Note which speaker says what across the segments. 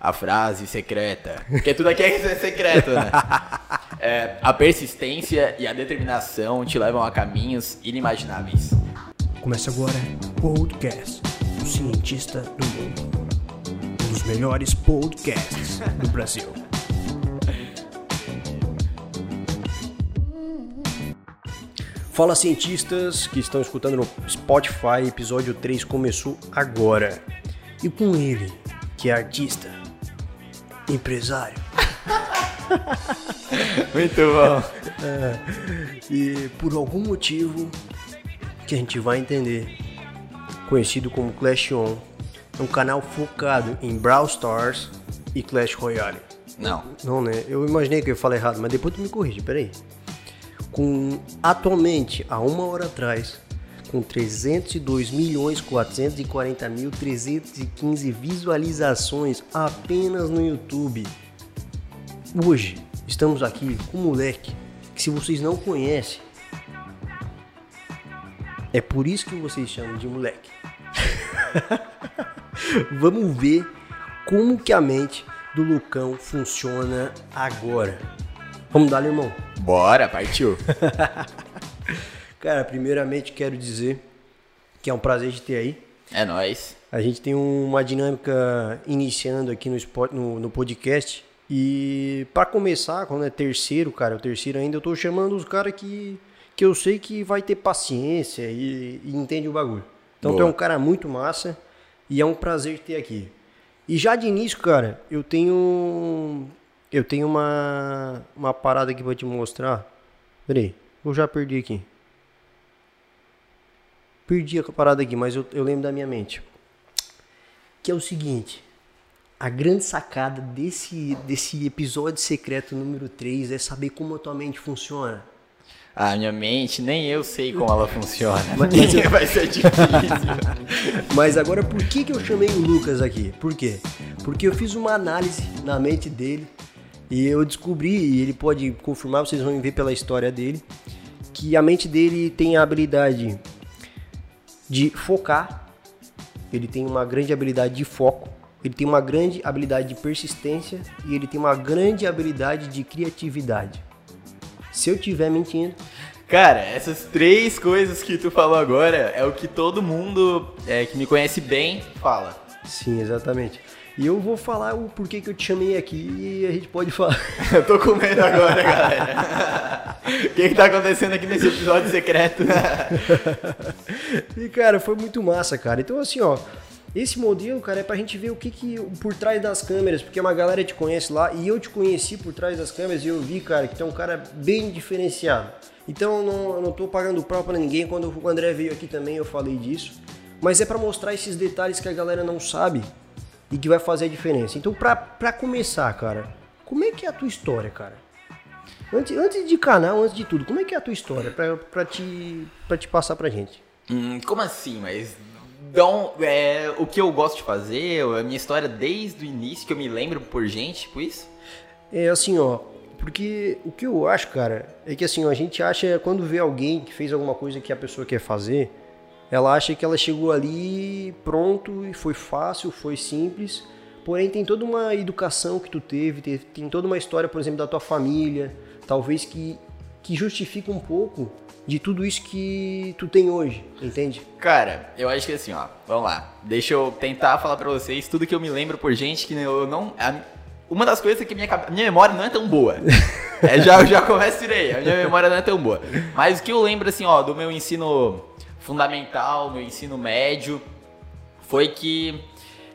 Speaker 1: a frase secreta. Porque tudo aqui é secreto, né? É, a persistência e a determinação te levam a caminhos inimagináveis.
Speaker 2: Começa agora Podcast, o cientista do mundo. Um dos melhores podcasts do Brasil. Fala cientistas que estão escutando no Spotify, episódio 3 começou agora. E com ele, que é artista, empresário
Speaker 1: Muito bom.
Speaker 2: e por algum motivo que a gente vai entender, conhecido como Clash On, é um canal focado em Brawl Stars e Clash Royale.
Speaker 1: Não.
Speaker 2: Não, né? Eu imaginei que eu falei errado, mas depois tu me corrige, peraí. Com atualmente, há uma hora atrás, com 302.440.315 visualizações apenas no YouTube. Hoje estamos aqui com um moleque que se vocês não conhecem, é por isso que vocês chamam de moleque. Vamos ver como que a mente do Lucão funciona agora. Vamos dar, irmão.
Speaker 1: Bora, partiu.
Speaker 2: Cara, primeiramente quero dizer que é um prazer de ter aí.
Speaker 1: É nóis.
Speaker 2: A gente tem um, uma dinâmica iniciando aqui no, spot, no, no podcast. E pra começar, quando é terceiro, cara, o terceiro ainda, eu tô chamando os caras que, que eu sei que vai ter paciência e, e entende o bagulho. Então tu é
Speaker 1: Boa.
Speaker 2: um cara muito massa e é um prazer ter aqui. E já de início, cara, eu tenho. Eu tenho uma, uma parada aqui pra te mostrar. Peraí, eu já perdi aqui. Perdi a parada aqui, mas eu, eu lembro da minha mente. Que é o seguinte. A grande sacada desse, desse episódio secreto número 3 é saber como a tua mente funciona.
Speaker 1: A Ah, minha mente, nem eu sei como ela funciona.
Speaker 2: Mas-
Speaker 1: vai ser difícil.
Speaker 2: Mas agora, por que, que eu chamei o Lucas aqui? Por quê? Porque eu fiz uma análise na mente dele e eu descobri, e ele pode confirmar, vocês vão ver pela história dele, que a mente dele tem a habilidade de focar, ele tem uma grande habilidade de foco, ele tem uma grande habilidade de persistência e ele tem uma grande habilidade de criatividade. Se eu tiver mentindo,
Speaker 1: Cara, essas três coisas que tu falou agora é o que todo mundo é, que me conhece bem fala.
Speaker 2: sim, exatamente. E eu vou falar o porquê que eu te chamei aqui e a gente pode falar.
Speaker 1: Eu tô com medo agora, galera. O que, que tá acontecendo aqui nesse episódio secreto?
Speaker 2: E, cara, foi muito massa, cara. Então, assim, ó, esse modelo, cara, é pra gente ver o que que por trás das câmeras, porque é uma galera te conhece lá e eu te conheci por trás das câmeras e eu vi, cara, que tu é um cara bem diferenciado. Então, eu não, eu não tô pagando pau pra ninguém. Quando o André veio aqui também, eu falei disso. Mas é pra mostrar esses detalhes que a galera não sabe e que vai fazer a diferença. Então, pra, pra começar, cara, como é que é a tua história, cara? Antes, antes de canal, antes de tudo, como é que é a tua história? Pra, pra, te, pra te passar pra gente.
Speaker 1: Hum, como assim? Mas. Então, é, o que eu gosto de fazer, a minha história desde o início, que eu me lembro por gente, tipo isso?
Speaker 2: É assim, ó. Porque o que eu acho, cara, é que assim, ó, a gente acha, quando vê alguém que fez alguma coisa que a pessoa quer fazer, ela acha que ela chegou ali pronto e foi fácil, foi simples. Porém, tem toda uma educação que tu teve, te- tem toda uma história, por exemplo, da tua família, talvez que, que justifica um pouco de tudo isso que tu tem hoje, entende?
Speaker 1: Cara, eu acho que assim, ó, vamos lá. Deixa eu tentar falar pra vocês tudo que eu me lembro por gente que eu não. a- uma das coisas é que minha, cabe- minha memória não é tão boa. É, já, já começo por aí, a minha memória não é tão boa. Mas o que eu lembro, assim, ó, do meu ensino fundamental, meu ensino médio, foi que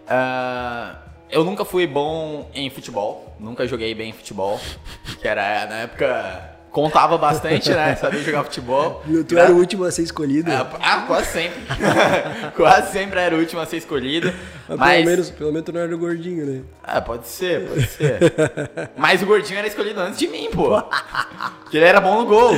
Speaker 1: ah, eu nunca fui bom em futebol, nunca joguei bem em futebol, que era na época contava bastante, né, saber jogar futebol.
Speaker 2: Tu era o último a ser escolhido,
Speaker 1: Ah, ah, quase sempre. quase sempre era o último a ser escolhido. Mas,
Speaker 2: pelo menos tu não era gordinho, né?
Speaker 1: Ah, pode ser, pode ser. mas o gordinho era escolhido antes de mim, pô. Porque ele era bom no gol.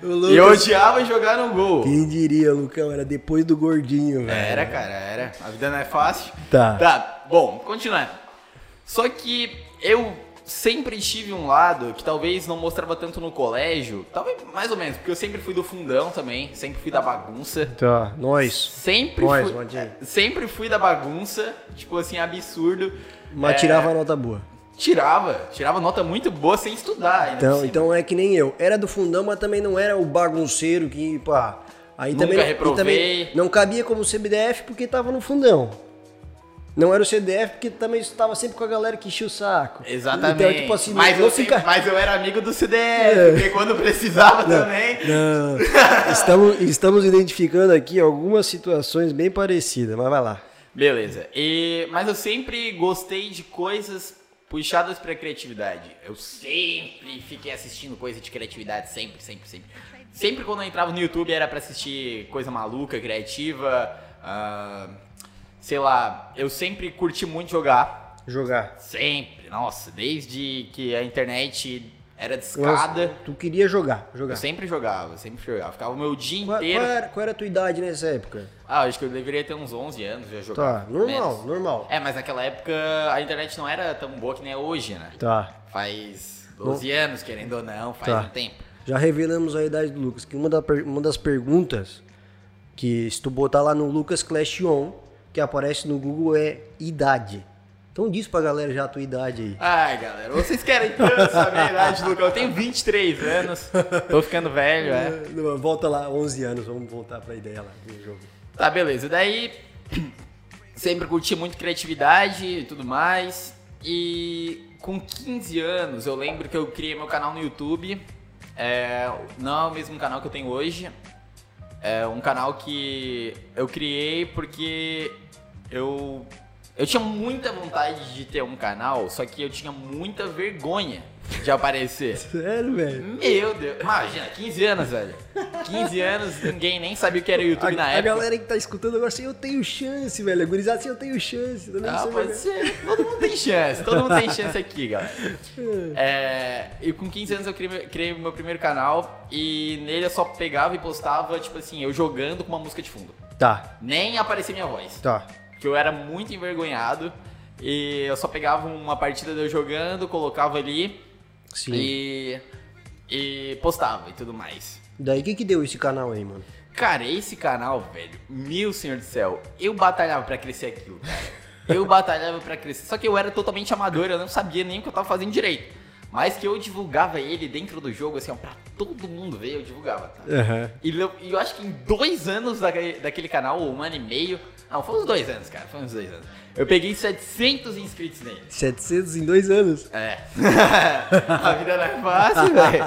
Speaker 2: Lucas-
Speaker 1: E eu odiava jogar no gol.
Speaker 2: Quem diria, Lucão, era depois do gordinho, velho.
Speaker 1: Era, cara, era. A vida não é fácil.
Speaker 2: Tá.
Speaker 1: Tá, bom, continuar. Só que eu sempre tive um lado que talvez não mostrava tanto no colégio, talvez mais ou menos, porque eu sempre fui do fundão também, sempre fui da bagunça.
Speaker 2: Tá, nós.
Speaker 1: Sempre
Speaker 2: Nós,
Speaker 1: fui,
Speaker 2: Vandinho.
Speaker 1: sempre fui da bagunça, tipo assim, absurdo. É,
Speaker 2: Mas tirava a nota boa.
Speaker 1: tirava, tirava nota muito boa sem estudar. ainda por
Speaker 2: Então,
Speaker 1: cima.
Speaker 2: então é que nem eu. Era do fundão, mas também não era o bagunceiro que, pá. Aí
Speaker 1: Nunca
Speaker 2: também, e
Speaker 1: reprovei.
Speaker 2: também não cabia como CBDF porque tava no fundão. Não era o CDF porque também estava sempre com a galera que enchia o saco.
Speaker 1: Exatamente.
Speaker 2: Então, tipo assim,
Speaker 1: mas,
Speaker 2: não,
Speaker 1: eu
Speaker 2: não fica- É.
Speaker 1: sempre- mas eu era amigo do CDF, porque quando precisava também.
Speaker 2: Não, estamos, estamos identificando aqui algumas situações bem parecidas, mas vai lá.
Speaker 1: Beleza. E, mas eu sempre gostei de coisas puxadas pra criatividade. Eu sempre fiquei assistindo coisa de criatividade, sempre, sempre, sempre. Sempre quando eu entrava no YouTube era pra assistir coisa maluca, criativa. ah, sei lá, eu sempre curti muito jogar.
Speaker 2: Jogar.
Speaker 1: Sempre, nossa, desde que a internet era discada.
Speaker 2: Tu queria jogar, jogar.
Speaker 1: Eu sempre jogava, sempre jogava. Ficava o meu dia
Speaker 2: Qual, é? qual
Speaker 1: inteiro.
Speaker 2: era, qual era a tua idade nessa época?
Speaker 1: Ah, acho que eu deveria ter uns 11 anos já jogava.
Speaker 2: Tá, normal,
Speaker 1: menos.
Speaker 2: normal.
Speaker 1: É, mas naquela época a internet não era tão boa que nem é hoje, né?
Speaker 2: Tá.
Speaker 1: Faz 12 anos, querendo ou não, faz
Speaker 2: Tá.
Speaker 1: um tempo.
Speaker 2: Já revelamos a idade do Lucas, que uma, da per- uma das perguntas que se tu botar lá no Lucas Clash On, que aparece no Google, é idade. Então diz pra galera já a tua idade aí.
Speaker 1: Ai, galera, vocês querem tanto saber a idade, Lucas? Eu tenho 23 anos, tô ficando velho, é.
Speaker 2: Não, Volta lá, 11 anos, vamos voltar pra ideia lá do jogo.
Speaker 1: Tá, beleza. Daí, sempre curti muito criatividade e tudo mais. E com 15 anos, eu lembro que eu criei meu canal no YouTube. É, não é o mesmo canal que eu tenho hoje. É um canal que eu criei porque eu, eu tinha muita vontade de ter um canal, só que eu tinha muita vergonha de aparecer.
Speaker 2: Sério, velho?
Speaker 1: Meu Deus, imagina, 15 anos, velho. 15 anos, ninguém nem sabia o que era o
Speaker 2: A,
Speaker 1: YouTube na
Speaker 2: a
Speaker 1: época.
Speaker 2: galera que tá escutando agora assim, eu tenho chance, velho. A gurizada assim, eu tenho chance. Também
Speaker 1: Ah,
Speaker 2: não sei
Speaker 1: pode
Speaker 2: jogar.
Speaker 1: ser. Todo mundo tem chance. Todo mundo tem chance aqui, galera. É, e com 15 anos eu criei, criei meu primeiro canal e nele eu só pegava e postava, tipo assim, eu jogando com uma música de fundo.
Speaker 2: Tá,
Speaker 1: Nem aparecia minha voz.
Speaker 2: tá.
Speaker 1: Porque eu era muito envergonhado e eu só pegava uma partida de eu jogando, colocava ali
Speaker 2: Sim.
Speaker 1: e, e postava e tudo mais.
Speaker 2: Daí, o que que deu esse canal aí, mano?
Speaker 1: Cara, esse canal, velho, meu senhor do céu, eu batalhava pra crescer aquilo, cara. Eu batalhava pra crescer. Só que eu era totalmente amador, eu não sabia nem o que eu tava fazendo direito. Mas que eu divulgava ele dentro do jogo, assim, ó, pra todo mundo ver, eu divulgava, tá?
Speaker 2: É.
Speaker 1: E eu, e eu acho que em dois anos daquele, daquele canal, ou um ano e meio. Não, foi uns dois anos, cara, foi uns dois anos. Eu peguei 700 inscritos nele.
Speaker 2: 700 em dois anos.
Speaker 1: É. A vida não é fácil, velho.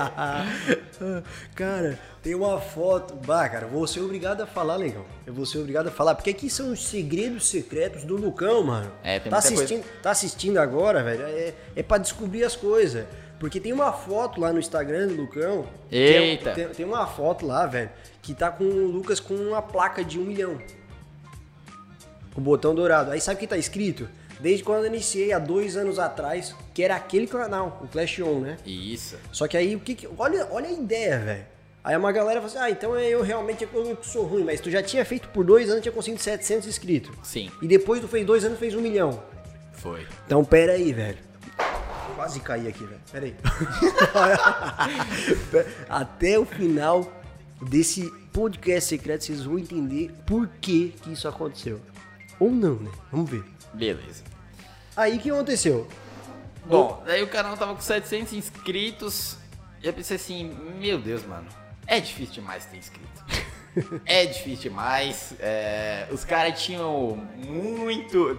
Speaker 2: cara, tem uma foto. Bah, cara, eu vou ser obrigado a falar, legal. Eu vou ser obrigado a falar. Porque aqui são os segredos secretos do Lucão, mano.
Speaker 1: É, tem
Speaker 2: tá
Speaker 1: muita coisa.
Speaker 2: assistindo, Tá assistindo agora, velho? É, é pra descobrir as coisas. Porque tem uma foto lá no Instagram do Lucão. que é-
Speaker 1: Eita.
Speaker 2: tem, tem uma foto lá, velho, que tá com o Lucas com uma placa de um milhão. O botão dourado. Aí sabe o que tá escrito? Desde quando eu iniciei, há dois anos atrás, que era aquele canal, o Clash On, né?
Speaker 1: Isso.
Speaker 2: Só que aí o que. que- olha, olha a ideia, velho. Aí uma galera fala assim: ah, então eu realmente eu sou ruim, mas tu já tinha feito por dois anos, tinha conseguido 700 inscritos.
Speaker 1: Sim,
Speaker 2: E depois tu fez dois anos, fez um milhão.
Speaker 1: foi.
Speaker 2: Então pera aí, velho. Quase caí aqui, velho. Pera aí. Até o final desse podcast secreto, vocês vão entender por que, que isso aconteceu. Ou não, né? Vamos ver.
Speaker 1: Beleza.
Speaker 2: Aí o que aconteceu?
Speaker 1: Bom, daí o canal tava com 700 inscritos. E eu pensei assim, meu Deus, mano, é difícil demais ter inscrito. é difícil demais. é, os caras tinham muito.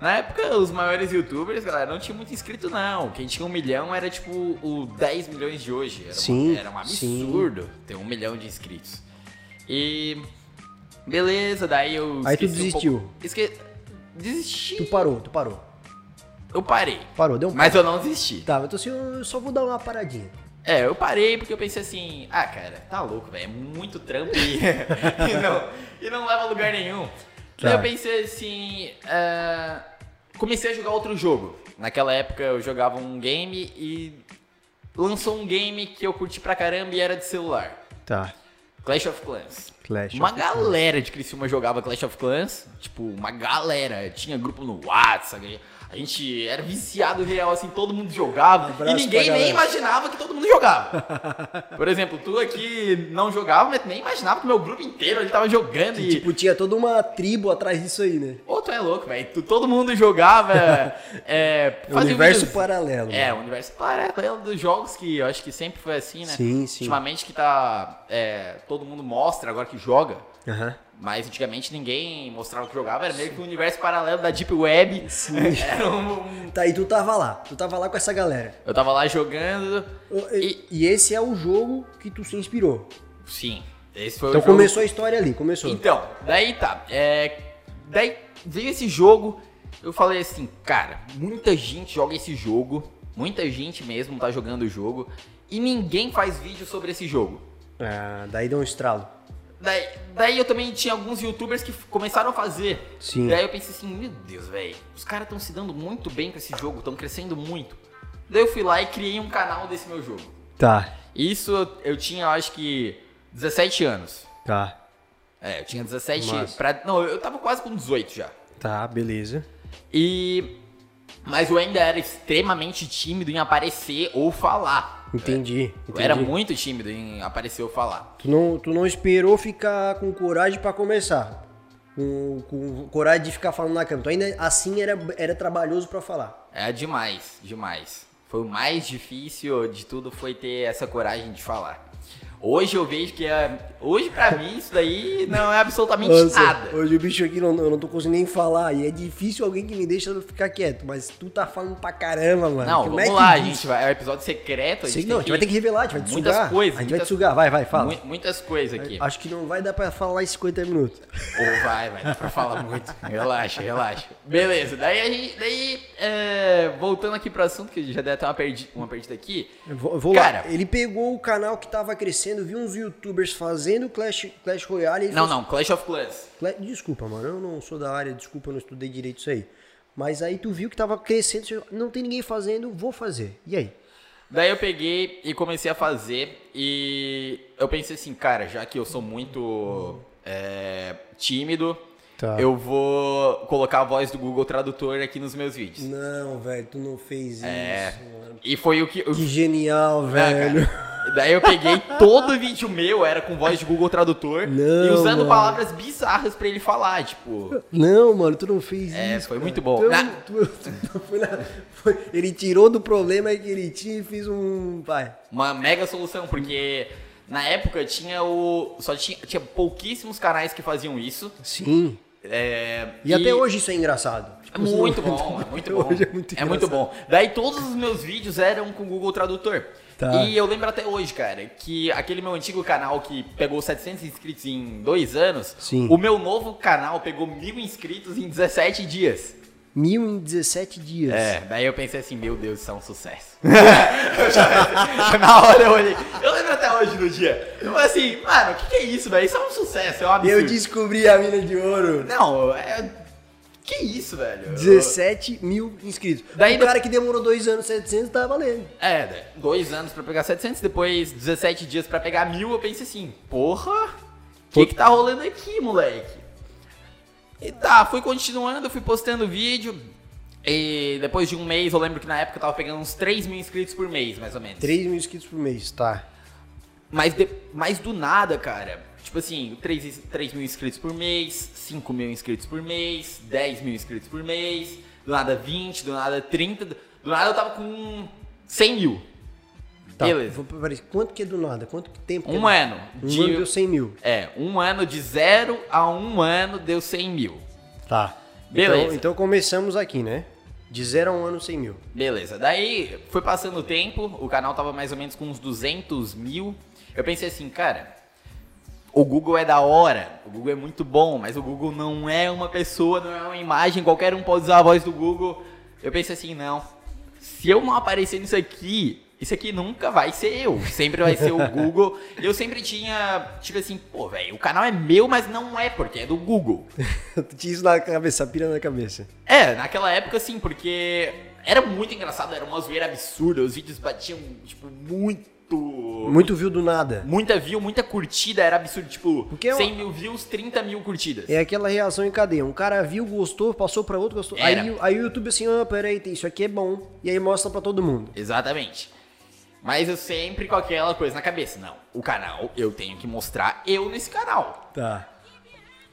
Speaker 1: Na época, os maiores youtubers, galera, não tinha muito inscrito, não. Quem tinha um milhão era tipo o 10 milhões de hoje. Era, uma-
Speaker 2: Sim,
Speaker 1: era um
Speaker 2: sim.
Speaker 1: absurdo ter um milhão de inscritos. E. Beleza, daí eu.
Speaker 2: Aí tu
Speaker 1: esqueci um
Speaker 2: desistiu.
Speaker 1: pouco- esque... Desisti.
Speaker 2: Tu parou, tu parou.
Speaker 1: Eu parei.
Speaker 2: Parou, deu um.
Speaker 1: Mas eu não desisti.
Speaker 2: Tá, eu tô assim, eu só vou dar uma paradinha.
Speaker 1: É, eu parei porque eu pensei assim, ah, cara, tá louco, velho, é muito trampo e, e não, e não leva a lugar nenhum. Daí
Speaker 2: Tá.
Speaker 1: eu pensei assim, ah, comecei a jogar outro jogo. Naquela época eu jogava um game e lançou um game que eu curti pra caramba e era de celular.
Speaker 2: Tá.
Speaker 1: Clash of Clans.
Speaker 2: É, Clash.
Speaker 1: uma galera de Criciúma jogava Clash of Clans, tipo, uma galera, tinha grupo no WhatsApp, A gente era viciado real, assim, todo mundo jogava.
Speaker 2: Um Abraço
Speaker 1: e ninguém
Speaker 2: pra
Speaker 1: nem
Speaker 2: galera.
Speaker 1: imaginava que todo mundo jogava. Por exemplo, tu aqui não jogava, mas nem imaginava que meu grupo inteiro ele tava jogando e.
Speaker 2: Tipo, tinha toda uma tribo atrás disso aí, né?
Speaker 1: Ô, tu é louco, velho. Tu- Todo mundo jogava. é, fazia
Speaker 2: Universo
Speaker 1: vídeos-
Speaker 2: paralelo. né?
Speaker 1: É, o universo paralelo dos jogos, que eu acho que sempre foi assim, né?
Speaker 2: Sim, sim.
Speaker 1: Ultimamente que tá. é, todo mundo mostra agora que joga.
Speaker 2: Aham.
Speaker 1: Mas antigamente ninguém mostrava que jogava, era meio que um universo paralelo da Deep Web. Era um-
Speaker 2: Tá, e tu tava lá. Tu tava lá com essa galera.
Speaker 1: Eu tava lá jogando.
Speaker 2: E, e esse é o jogo que tu se inspirou.
Speaker 1: Sim, esse foi
Speaker 2: Então
Speaker 1: o É jogo.
Speaker 2: começou a história ali, começou.
Speaker 1: Então, daí tá. é, daí veio esse jogo, eu falei assim, cara, muita gente joga esse jogo, muita gente mesmo tá jogando o jogo, e ninguém faz vídeo sobre esse jogo.
Speaker 2: Ah, daí deu um estralo.
Speaker 1: Daí, daí eu também tinha alguns youtubers que f- começaram a fazer.
Speaker 2: Sim.
Speaker 1: Daí eu pensei assim, meu Deus, velho, os caras estão se dando muito bem com esse jogo, estão crescendo muito. Daí eu fui lá e criei um canal desse meu jogo.
Speaker 2: Tá,
Speaker 1: Isso eu tinha, acho que, 17 anos.
Speaker 2: tá,
Speaker 1: É, eu tinha 17
Speaker 2: Massa.
Speaker 1: pra... Não, eu tava quase com 18 já.
Speaker 2: tá, beleza.
Speaker 1: E... Mas eu ainda era extremamente tímido em aparecer ou falar.
Speaker 2: Entendi.
Speaker 1: Eu
Speaker 2: entendi.
Speaker 1: É. era muito tímido em aparecer ou falar.
Speaker 2: Tu não, tu não esperou ficar com coragem pra começar. Com, com coragem de ficar falando na câmera. Tu ainda assim era, era trabalhoso pra falar.
Speaker 1: É demais, demais. Foi o mais difícil de tudo foi ter essa coragem de falar. Hoje eu vejo que é, hoje pra mim isso daí não é absolutamente
Speaker 2: Nossa,
Speaker 1: nada.
Speaker 2: Hoje o bicho aqui não, eu não tô conseguindo nem falar. E é difícil alguém que me deixa ficar quieto. Mas tu tá falando pra caramba, mano.
Speaker 1: Não,
Speaker 2: Como
Speaker 1: vamos
Speaker 2: é que
Speaker 1: lá,
Speaker 2: diz?
Speaker 1: gente, vai, é um episódio secreto, a gente,
Speaker 2: Sei, não, a gente vai ter que revelar, a gente vai te
Speaker 1: muitas
Speaker 2: sugar.
Speaker 1: coisas,
Speaker 2: a gente vai
Speaker 1: muitas-
Speaker 2: te sugar, vai, vai, fala.
Speaker 1: mu- muitas coisas aqui.
Speaker 2: Acho que não vai dar pra falar em 50 minutos.
Speaker 1: Ou vai, vai, dá pra falar muito. Relaxa, relaxa. Beleza, daí a gente, daí é, voltando aqui pro assunto que já deu até uma perdi- uma perdida aqui.
Speaker 2: Eu Vou, eu vou
Speaker 1: Cara.
Speaker 2: lá. Ele pegou o canal que tava crescendo, viu uns youtubers fazendo Clash, Clash Royale. e ele
Speaker 1: Não,
Speaker 2: falou
Speaker 1: não, Clash of Clans.
Speaker 2: assim, "Cla- Desculpa, mano, eu não sou da área, desculpa, eu não estudei direito isso aí. Mas aí tu viu que tava crescendo, você- não tem ninguém fazendo, vou fazer. E aí?
Speaker 1: Daí eu peguei e comecei a fazer e eu pensei assim, cara, já que eu sou muito é, tímido,
Speaker 2: Tá.
Speaker 1: eu vou colocar a voz do Google Tradutor aqui nos meus vídeos.
Speaker 2: Não, velho, tu não fez isso, mano.
Speaker 1: E foi o que eu
Speaker 2: Que genial,
Speaker 1: Ah, cara.
Speaker 2: velho.
Speaker 1: Daí eu peguei todo vídeo meu era com voz de Google Tradutor e
Speaker 2: Não,
Speaker 1: usando
Speaker 2: mano.
Speaker 1: palavras bizarras pra ele falar, tipo,
Speaker 2: Não, mano, tu não fez
Speaker 1: É,
Speaker 2: isso.
Speaker 1: foi
Speaker 2: cara.
Speaker 1: muito bom.
Speaker 2: Tu-
Speaker 1: Na-
Speaker 2: tu- tu- foi na- foi- ele tirou do problema que ele tinha e fez um. Vai.
Speaker 1: uma mega solução, porque na época tinha o só tinha, tinha pouquíssimos canais que faziam isso.
Speaker 2: Sim.
Speaker 1: é,
Speaker 2: E, até hoje isso é engraçado.
Speaker 1: É
Speaker 2: Tipo,
Speaker 1: muito
Speaker 2: não-
Speaker 1: bom, é muito
Speaker 2: até
Speaker 1: bom.
Speaker 2: hoje é muito
Speaker 1: É muito bom. Daí todos os meus vídeos eram com o Google Tradutor.
Speaker 2: Tá.
Speaker 1: E eu lembro até hoje, cara, que aquele meu antigo canal que pegou 700 inscritos em dois anos,
Speaker 2: Sim.
Speaker 1: o meu novo canal pegou mil inscritos em 17 dias.
Speaker 2: Mil em 17 dias.
Speaker 1: É, daí eu pensei assim, meu Deus, isso é um sucesso. Eu já- já na hora eu olhei. Eu lembro até hoje do dia. Eu falei assim, mano, o que, que é isso, velho? Isso é um sucesso, é um absurdo.
Speaker 2: Eu descobri a mina de ouro.
Speaker 1: Não, é. Que isso, velho? Eu-
Speaker 2: 17 mil inscritos.
Speaker 1: Daí
Speaker 2: o cara que demorou dois anos, 700, tá valendo.
Speaker 1: É, né, dois anos pra pegar 700, depois 17 dias pra pegar mil, eu pensei assim, porra, o que que tá rolando aqui, moleque? E tá, fui continuando, fui postando vídeo, e depois de um mês, eu lembro que na época eu tava pegando uns 3 mil inscritos por mês, mais ou menos.
Speaker 2: 3 mil inscritos por mês, tá.
Speaker 1: Mas, de- mas do nada, cara, tipo assim, 3, mil inscritos por mês, 5 mil inscritos por mês, 10 mil inscritos por mês, do nada 20, do nada 30, do do nada eu tava com 100 mil.
Speaker 2: tá.
Speaker 1: Beleza.
Speaker 2: Vou- peraí, quanto que é do nada? Quanto que tempo que
Speaker 1: Um
Speaker 2: é?
Speaker 1: ano.
Speaker 2: do-
Speaker 1: De,
Speaker 2: Um ano deu 100 mil.
Speaker 1: É, um ano de zero a um ano deu 100 mil.
Speaker 2: Tá.
Speaker 1: Beleza.
Speaker 2: Então, então começamos aqui, né? De 0 a um ano, 100 mil.
Speaker 1: Beleza. Daí foi passando o tempo, o canal tava mais ou menos com uns 200 mil. Eu pensei assim, cara, o Google é da hora, o Google é muito bom, mas o Google não é uma pessoa, não é uma imagem, qualquer um pode usar a voz do Google. Eu pensei assim, não, se eu não aparecer nisso aqui, isso aqui nunca vai ser eu, sempre vai ser o Google. E Eu sempre tinha, tipo assim, pô, velho, o canal é meu, mas não é porque é do Google.
Speaker 2: Tu tinha isso na cabeça, a pira na cabeça.
Speaker 1: É, naquela época sim, porque era muito engraçado, era uma zoeira absurda, os vídeos batiam, tipo, muito muito.
Speaker 2: Muito view do nada.
Speaker 1: Muita view, muita curtida, era absurdo. Tipo,
Speaker 2: Porque eu-
Speaker 1: 100 mil views, 30 mil curtidas.
Speaker 2: É aquela reação em cadeia. Um cara viu, gostou, passou pra outro, gostou.
Speaker 1: Era.
Speaker 2: Aí, aí o YouTube assim, ah, peraí, tem- isso aqui é bom. E aí mostra pra todo mundo.
Speaker 1: Exatamente. Mas eu sempre com aquela coisa na cabeça. Não, o canal eu tenho que mostrar eu nesse canal.
Speaker 2: Tá.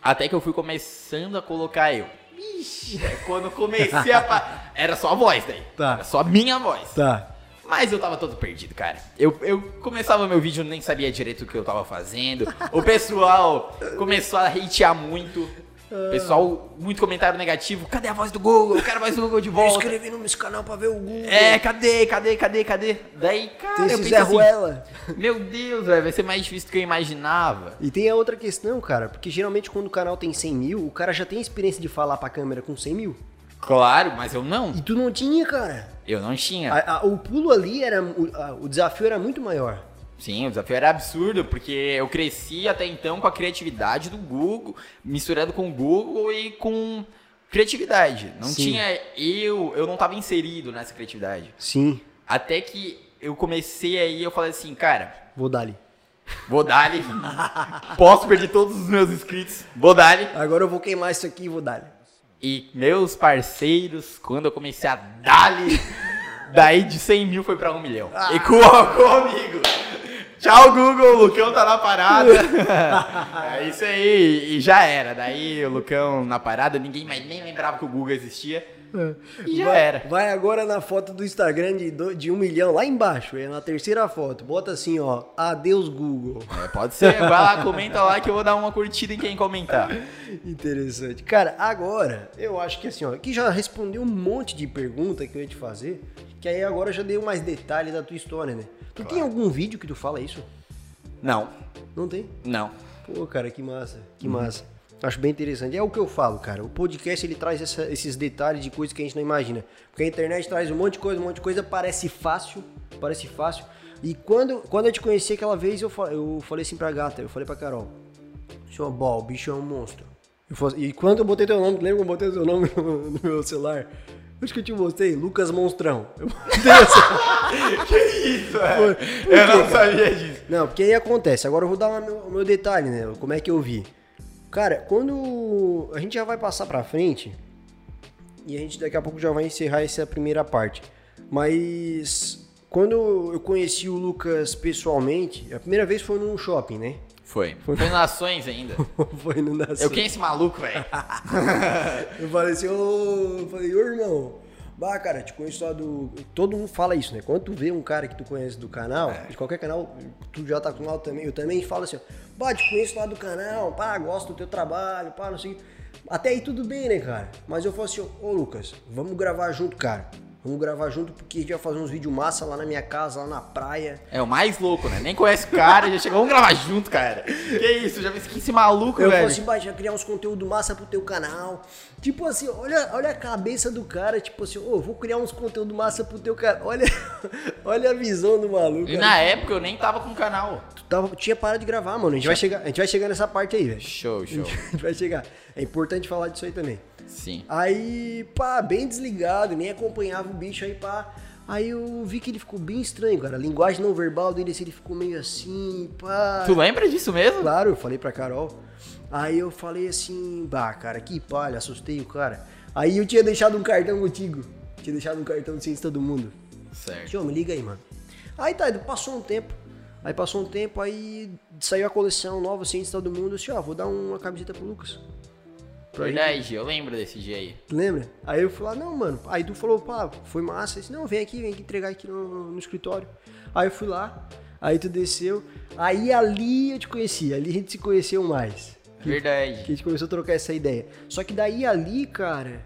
Speaker 1: Até que eu fui começando a colocar eu. Ixi, é quando eu comecei a. fa- Era só a voz daí.
Speaker 2: Tá.
Speaker 1: Era só a minha voz.
Speaker 2: Tá.
Speaker 1: Mas eu tava todo perdido, cara. Eu, eu começava meu vídeo, nem sabia direito o que eu tava fazendo. O pessoal começou a hatear muito.
Speaker 2: Ah.
Speaker 1: O Pessoal, muito comentário negativo. Cadê a voz do Google? Eu quero a voz do Google de
Speaker 2: Eu
Speaker 1: volta.
Speaker 2: inscrevi no meu canal pra ver o Google.
Speaker 1: É, cadê, cadê, cadê, cadê? Daí, cara,
Speaker 2: Tem
Speaker 1: eu
Speaker 2: esse
Speaker 1: pensei
Speaker 2: Zé
Speaker 1: assim,
Speaker 2: Ruela.
Speaker 1: meu Deus, velho, vai ser mais difícil do que eu imaginava.
Speaker 2: E tem a outra questão, cara, porque geralmente quando o canal tem 100 mil, o cara já tem experiência de falar pra câmera com 100 mil.
Speaker 1: Claro, mas eu não.
Speaker 2: E tu não tinha, cara.
Speaker 1: Eu não tinha.
Speaker 2: A- a- o pulo ali era. O, a- o desafio era muito maior.
Speaker 1: Sim, o desafio era absurdo, porque eu cresci até então com a criatividade do Google, misturando com o Google e com criatividade. Não
Speaker 2: Sim.
Speaker 1: tinha eu, eu não tava inserido nessa criatividade.
Speaker 2: Sim,
Speaker 1: Até que eu comecei aí, eu falei assim, cara,
Speaker 2: vou dar ali.
Speaker 1: vou dar ali. Posso perder todos os meus inscritos, vou dar ali.
Speaker 2: Agora eu vou queimar isso aqui e vou dar ali.
Speaker 1: E meus parceiros, quando eu comecei a dar-lhe, daí de 100 mil foi pra 1 milhão. E com, comigo. Tchau, Google, o Lucão tá na parada. é isso aí, e já era. Daí o Lucão na parada, ninguém mais nem lembrava que o Google existia. E já
Speaker 2: vai,
Speaker 1: era.
Speaker 2: Vai agora na foto do Instagram de, do- de um milhão, lá embaixo, é na terceira foto. Bota assim, ó. Adeus, Google.
Speaker 1: É, pode ser, É. vai lá, comenta lá que eu vou dar uma curtida em quem comentar.
Speaker 2: Interessante. Cara, agora, eu acho que assim, ó, que já respondeu um monte de pergunta que eu ia te fazer, que aí agora eu já dei mais detalhes da tua história, né? Tu tem algum vídeo que tu fala isso?
Speaker 1: Não,
Speaker 2: Não tem?
Speaker 1: não.
Speaker 2: Pô, cara, que massa, que massa. Acho bem interessante. É o que eu falo, cara. O podcast ele traz essa- esses detalhes de coisas que a gente não imagina. Porque a internet traz um monte de coisa, um monte de coisa, parece fácil, parece fácil. E quando, quando eu te conheci aquela vez, eu, fa- eu falei assim pra gata, eu falei pra Carol, senhor Ball, o bicho é um monstro. Eu fa- e quando eu botei teu nome, lembra que eu botei teu nome no, no meu celular? Acho que eu te mostrei, Lucas Monstrão. Eu botei assim. essa.
Speaker 1: Isso, Eu não sabia disso.
Speaker 2: Não, porque aí acontece. Agora eu vou dar o meu, o meu detalhe, né? Como é que eu vi. Cara, quando a gente já vai passar pra frente e a gente daqui a pouco já vai encerrar essa primeira parte. Mas quando eu conheci o Lucas pessoalmente, a primeira vez foi num shopping, né?
Speaker 1: Foi. Foi nações ainda.
Speaker 2: foi no Nação.
Speaker 1: Eu quem é esse maluco, velho?
Speaker 2: Eu falei assim, ô, eu falei, ô irmão, bah, cara, te conheço lá do. Todo mundo fala isso, né? Quando tu vê um cara que tu conhece do canal, de qualquer canal, tu já tá com lá também, eu também falo assim, ó, bah, te conheço lá do canal, pá, gosto do teu trabalho, pá, não sei. o quê." Até aí tudo bem, né, cara? Mas eu falo assim, ô Lucas, vamos gravar junto, cara. Vamos gravar junto porque a gente vai fazer uns vídeos massa lá na minha casa, lá na praia.
Speaker 1: É o mais louco, né? Nem conhece o cara, já chegou, vamos gravar junto, cara. Que isso, já pensei que esse maluco,
Speaker 2: Eu falo
Speaker 1: velho.
Speaker 2: assim, "Bah, já criar uns conteúdo massa pro teu canal. Tipo assim, olha, olha a cabeça do cara, tipo assim, ô, vou criar uns conteúdo massa pro teu canal. Olha, olha a visão do maluco.
Speaker 1: E na época eu nem tava com o canal.
Speaker 2: Tu tava- tinha parado de gravar, mano. A gente vai chegar, a gente vai chegar nessa parte aí, velho.
Speaker 1: Show, show.
Speaker 2: A gente vai chegar. É importante falar disso aí também.
Speaker 1: Sim.
Speaker 2: Aí, pá, bem desligado, nem acompanhava o bicho aí, pá. Aí eu vi que ele ficou bem estranho, cara. A linguagem não verbal dele, assim, ele ficou meio assim, pá.
Speaker 1: Tu lembra disso mesmo?
Speaker 2: Claro, eu falei pra Carol. Aí eu falei assim, bah, cara, que palha, assustei o cara. Aí eu tinha deixado um cartão contigo. Tinha deixado um cartão de ciência do mundo.
Speaker 1: Certo.
Speaker 2: Tio, me liga aí, mano. Aí tá, passou um tempo. Aí passou um tempo, aí saiu a coleção nova ciência do mundo. Eu disse, ó, vou dar uma camiseta pro Lucas. Pra gente-
Speaker 1: Verdade, eu lembro desse dia aí.
Speaker 2: Tu lembra? Aí eu falei, ah, não, mano. Aí tu falou, pá, foi massa. Eu disse, não, vem aqui, vem aqui entregar aqui no, no escritório. Aí eu fui lá, aí tu desceu. Aí ali eu te conheci, ali a gente se conheceu mais. Que
Speaker 1: Verdade.
Speaker 2: a gente começou a trocar essa ideia. Só que daí ali, cara,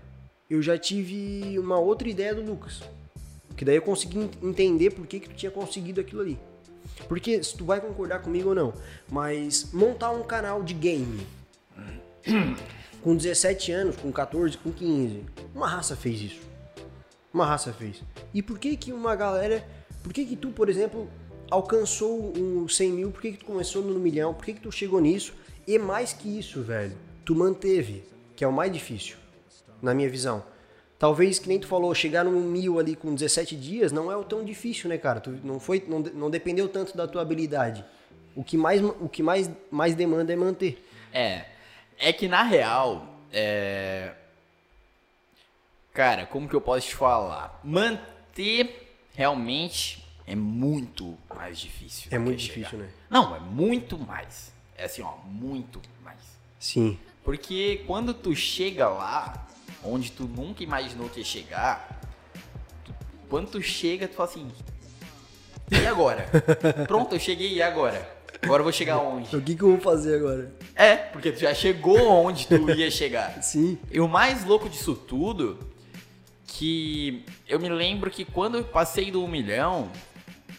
Speaker 2: eu já tive uma outra ideia do Lucas. Que daí eu consegui en- entender por que, que tu tinha conseguido aquilo ali. Porque, se tu vai concordar comigo ou não, mas montar um canal de game com 17 anos, com 14, com 15, uma raça fez isso. Uma raça fez. E por que que uma galera. Por que que tu, por exemplo, alcançou um 100 mil? Por que que tu começou no milhão? Por que que tu chegou nisso? E mais que isso, velho, tu manteve, que é o mais difícil, na minha visão. Talvez, que nem tu falou, chegar num mil ali com 17 dias não é o tão difícil, né, cara? Tu não, foi, não, de- não dependeu tanto da tua habilidade. O que mais, o que mais, mais demanda é manter.
Speaker 1: É. É que na real, é. Cara, como que eu posso te falar? Manter realmente é muito mais difícil.
Speaker 2: É
Speaker 1: do
Speaker 2: muito
Speaker 1: que chegar.
Speaker 2: difícil, né?
Speaker 1: Não, é muito mais. É assim, ó, muito mais.
Speaker 2: Sim.
Speaker 1: Porque quando tu chega lá, onde tu nunca imaginou que ia chegar, tu- quando tu chega, tu fala assim. E agora? Pronto, eu cheguei, e agora? Agora eu vou chegar onde?
Speaker 2: Então, O que, que eu vou fazer agora?
Speaker 1: É, porque tu já chegou onde tu ia chegar.
Speaker 2: Sim.
Speaker 1: E o mais louco disso tudo, que eu me lembro que quando eu passei do um milhão,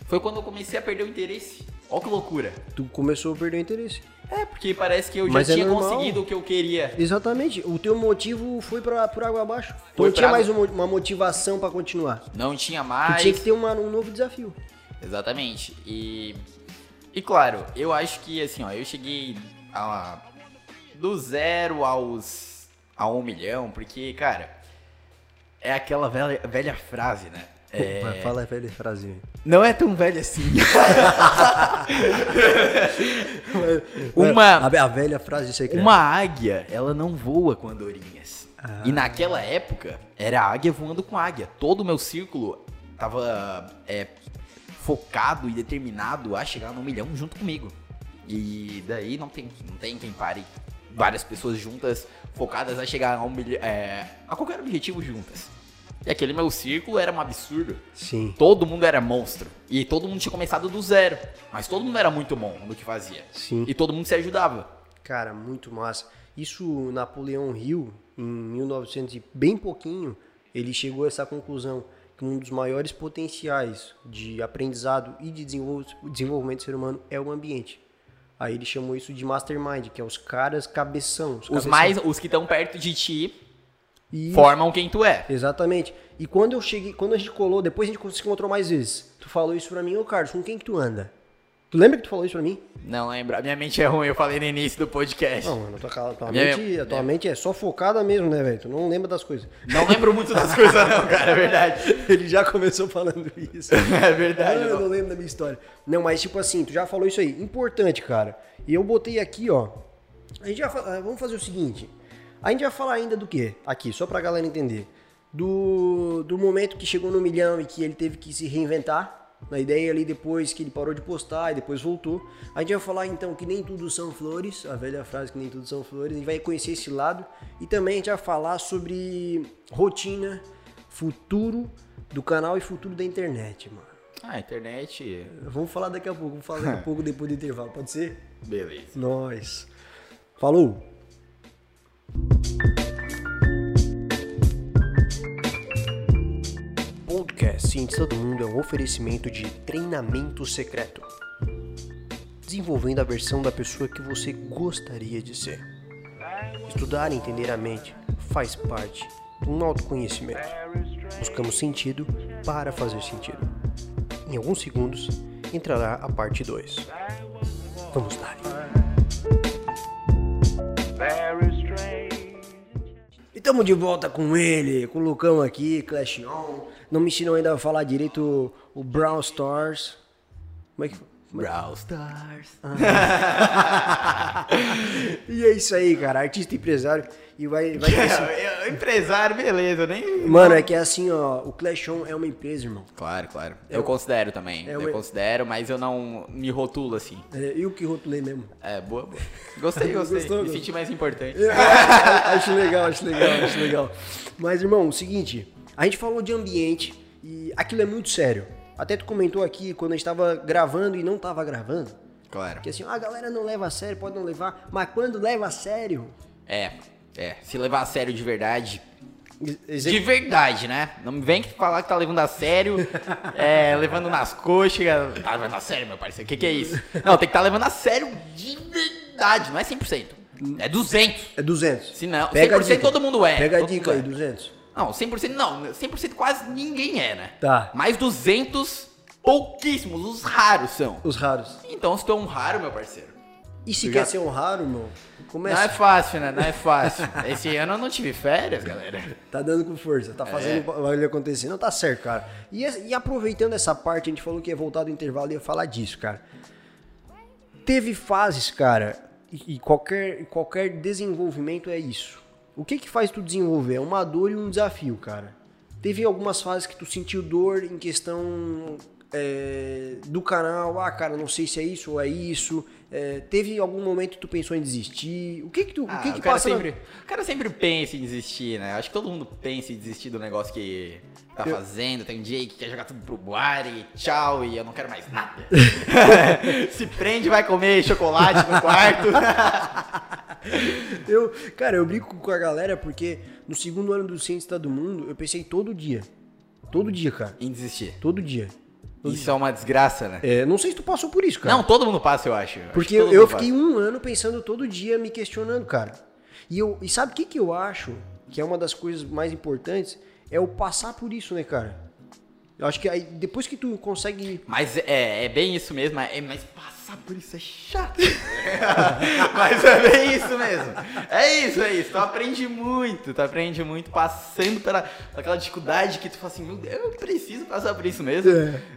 Speaker 1: foi quando eu comecei a perder o interesse. Olha que loucura.
Speaker 2: Tu começou a perder o interesse.
Speaker 1: É, porque parece que eu já
Speaker 2: Mas é
Speaker 1: tinha
Speaker 2: normal.
Speaker 1: conseguido o que eu queria.
Speaker 2: Exatamente. O teu motivo foi pra, por água abaixo. Tu
Speaker 1: Foi
Speaker 2: não tinha
Speaker 1: pra
Speaker 2: mais uma, uma motivação pra continuar. Tu
Speaker 1: Não tinha mais.
Speaker 2: tinha que ter uma- um novo desafio.
Speaker 1: Exatamente. E, e claro, eu acho que assim, ó, eu cheguei a, do zero aos a um milhão, porque, cara, é aquela velha, velha frase, né? É,
Speaker 2: Opa, Fala a velha frase. aí.
Speaker 1: não é tão velha assim. Uma-
Speaker 2: A, a velha frase secreta.
Speaker 1: Uma águia, ela não voa com andorinhas.
Speaker 2: Ah.
Speaker 1: E naquela época, era águia voando com águia. Todo o meu círculo tava é, focado e determinado a chegar no milhão junto comigo. E daí não tem, não tem quem pare. Várias pessoas juntas, focadas a chegar a um milhão. a qualquer objetivo juntas. E aquele meu círculo era um absurdo.
Speaker 2: Sim.
Speaker 1: Todo mundo era monstro. E todo mundo tinha começado do zero. Mas todo mundo era muito bom no que fazia.
Speaker 2: Sim.
Speaker 1: E todo mundo se ajudava.
Speaker 2: Cara, muito massa. Isso, o Napoleão Hill, em 1900 e bem pouquinho, ele chegou a essa conclusão que um dos maiores potenciais de aprendizado e de desenvol- desenvolvimento do ser humano é o ambiente. Aí ele chamou isso de mastermind, que é os caras cabeção. Os,
Speaker 1: Os
Speaker 2: cabeção.
Speaker 1: mais, os que estão perto de ti
Speaker 2: E-
Speaker 1: formam quem tu é.
Speaker 2: Exatamente. E quando eu cheguei, quando a gente colou, depois a gente se encontrou mais vezes. Tu falou isso pra mim, ô Carlos, com quem que tu anda? Tu lembra que tu falou isso pra mim?
Speaker 1: Não lembra, minha mente é ruim, eu falei no início do podcast.
Speaker 2: Não, mano, a tua, a tua
Speaker 1: Minha-
Speaker 2: mente, a tua mente é só focada mesmo, né, velho? Tu não lembra das coisas.
Speaker 1: Não lembro muito das coisas não, cara, é verdade.
Speaker 2: Ele já começou falando isso.
Speaker 1: É
Speaker 2: Ah,
Speaker 1: verdade.
Speaker 2: eu
Speaker 1: não.
Speaker 2: não lembro da minha história. Não, mas tipo assim, tu já falou isso aí. Importante, cara. E eu botei aqui, ó. A gente já fa- ah, Vamos fazer o seguinte. A gente vai falar ainda do quê? Aqui, só pra galera entender. Do, do momento que chegou no milhão e que ele teve que se reinventar. Na ideia ali depois que ele parou de postar e depois voltou. A gente vai falar então que nem tudo são flores, a velha frase que nem tudo são flores. A gente vai conhecer esse lado. E também a gente vai falar sobre rotina, futuro do canal e futuro da internet, mano.
Speaker 1: Ah, a internet.
Speaker 2: Vamos falar daqui a pouco, vamos falar daqui a pouco depois do intervalo, pode ser?
Speaker 1: Beleza.
Speaker 2: Nós. Falou! Podcast Ciência do Mundo é um oferecimento de treinamento secreto. Desenvolvendo a versão da pessoa que você gostaria de ser. Estudar e entender a mente faz parte de um autoconhecimento. Buscamos sentido para fazer sentido. Em alguns segundos entrará a parte 2. Vamos lá.
Speaker 3: very strange.
Speaker 2: E tamo de volta com ele, com o Lucão aqui, Clash On. Não me ensinou ainda a falar direito o, o Brown Stars. Como é que como é-
Speaker 1: Brawl Stars.
Speaker 2: E é isso aí, cara. Artista e empresário. E vai. vai
Speaker 1: É, eu- empresário, beleza, eu nem.
Speaker 2: Mano, é que é assim, ó. O Clash On é uma empresa, irmão.
Speaker 1: Claro, claro. Eu considero também.
Speaker 2: É
Speaker 1: eu
Speaker 2: uma-
Speaker 1: considero, mas eu não me rotulo assim.
Speaker 2: É, eu que rotulei mesmo.
Speaker 1: É, boa, boa. Gostei, gostei.
Speaker 2: Gostou,
Speaker 1: me
Speaker 2: gostou?
Speaker 1: senti mais importante.
Speaker 2: É, acho legal, acho legal, acho legal. Mas, irmão, o seguinte, a gente falou de ambiente e aquilo é muito sério. Até tu comentou aqui quando a gente tava gravando e não tava gravando.
Speaker 1: Claro.
Speaker 2: Que assim, ah, a galera não leva a sério, pode não levar, mas quando leva a sério.
Speaker 1: É, é. Se levar a sério de verdade,
Speaker 2: exe-
Speaker 1: De verdade, né? Não me vem que falar que tá levando a sério, é, levando nas coxas. Tá levando a sério, meu parceiro, o que, que é isso? Não, tem que estar levando a sério de verdade, não é 100%. É 200.
Speaker 2: É 200.
Speaker 1: Se não,
Speaker 2: Pega a
Speaker 1: 100%
Speaker 2: dica.
Speaker 1: todo mundo é,
Speaker 2: Pega a
Speaker 1: todo
Speaker 2: dica aí,
Speaker 1: mundo é.
Speaker 2: 200.
Speaker 1: Não, 100% não, 100% quase ninguém é, né?
Speaker 2: Tá.
Speaker 1: Mas 200, pouquíssimos, os raros são.
Speaker 2: Os raros.
Speaker 1: Então, se tu é um raro, meu parceiro,
Speaker 2: E se
Speaker 1: Eu
Speaker 2: quer
Speaker 1: já-
Speaker 2: ser honrado, irmão,
Speaker 4: Não
Speaker 2: começa.
Speaker 4: é fácil, né? Não é fácil. Esse ano eu não tive férias, galera.
Speaker 2: Tá dando com força, tá fazendo
Speaker 1: É.
Speaker 2: o bagulho acontecer. Não tá certo, cara. E, es- e aproveitando essa parte, a gente falou que ia voltar do intervalo e ia falar disso, cara. Teve fases, cara, e, e qualquer, qualquer desenvolvimento é isso. O que que faz tu desenvolver? É uma dor e um desafio, cara. Teve algumas fases que tu sentiu dor em questão é, do canal. Ah, cara, não sei se é isso ou é isso. É, teve algum momento que tu pensou em desistir? O que que tu,
Speaker 1: Ah,
Speaker 2: o que que
Speaker 1: o, cara
Speaker 2: passa na-
Speaker 1: sempre, o cara sempre pensa em desistir, né? Acho que todo mundo pensa em desistir do negócio que tá fazendo. Tem um dia que quer jogar tudo pro ar e tchau, e eu não quero mais nada. Se prende, vai comer chocolate no quarto.
Speaker 2: Eu, cara, eu brinco com a galera porque no segundo ano do Ciência do Mundo, eu pensei todo dia. Todo dia, cara.
Speaker 1: em desistir.
Speaker 2: Todo dia.
Speaker 1: Isso é uma desgraça, né?
Speaker 2: É, não sei se tu passou por isso, cara.
Speaker 1: Não, todo mundo passa, eu acho. Acho
Speaker 2: Porque
Speaker 1: que todo
Speaker 2: eu, eu
Speaker 1: mundo
Speaker 2: fiquei um ano pensando todo dia, me questionando, cara. E, eu, e sabe o que, que eu acho que é uma das coisas mais importantes? É o passar por isso, né, cara? Eu acho que aí, depois que tu consegue.
Speaker 1: Mas é, é bem isso mesmo, é, mas passar por isso é chato. mas é bem isso mesmo. É isso, é isso. Tu aprende muito, tu aprende muito passando pela, por aquela dificuldade que tu fala assim, meu Deus, eu preciso passar por isso mesmo.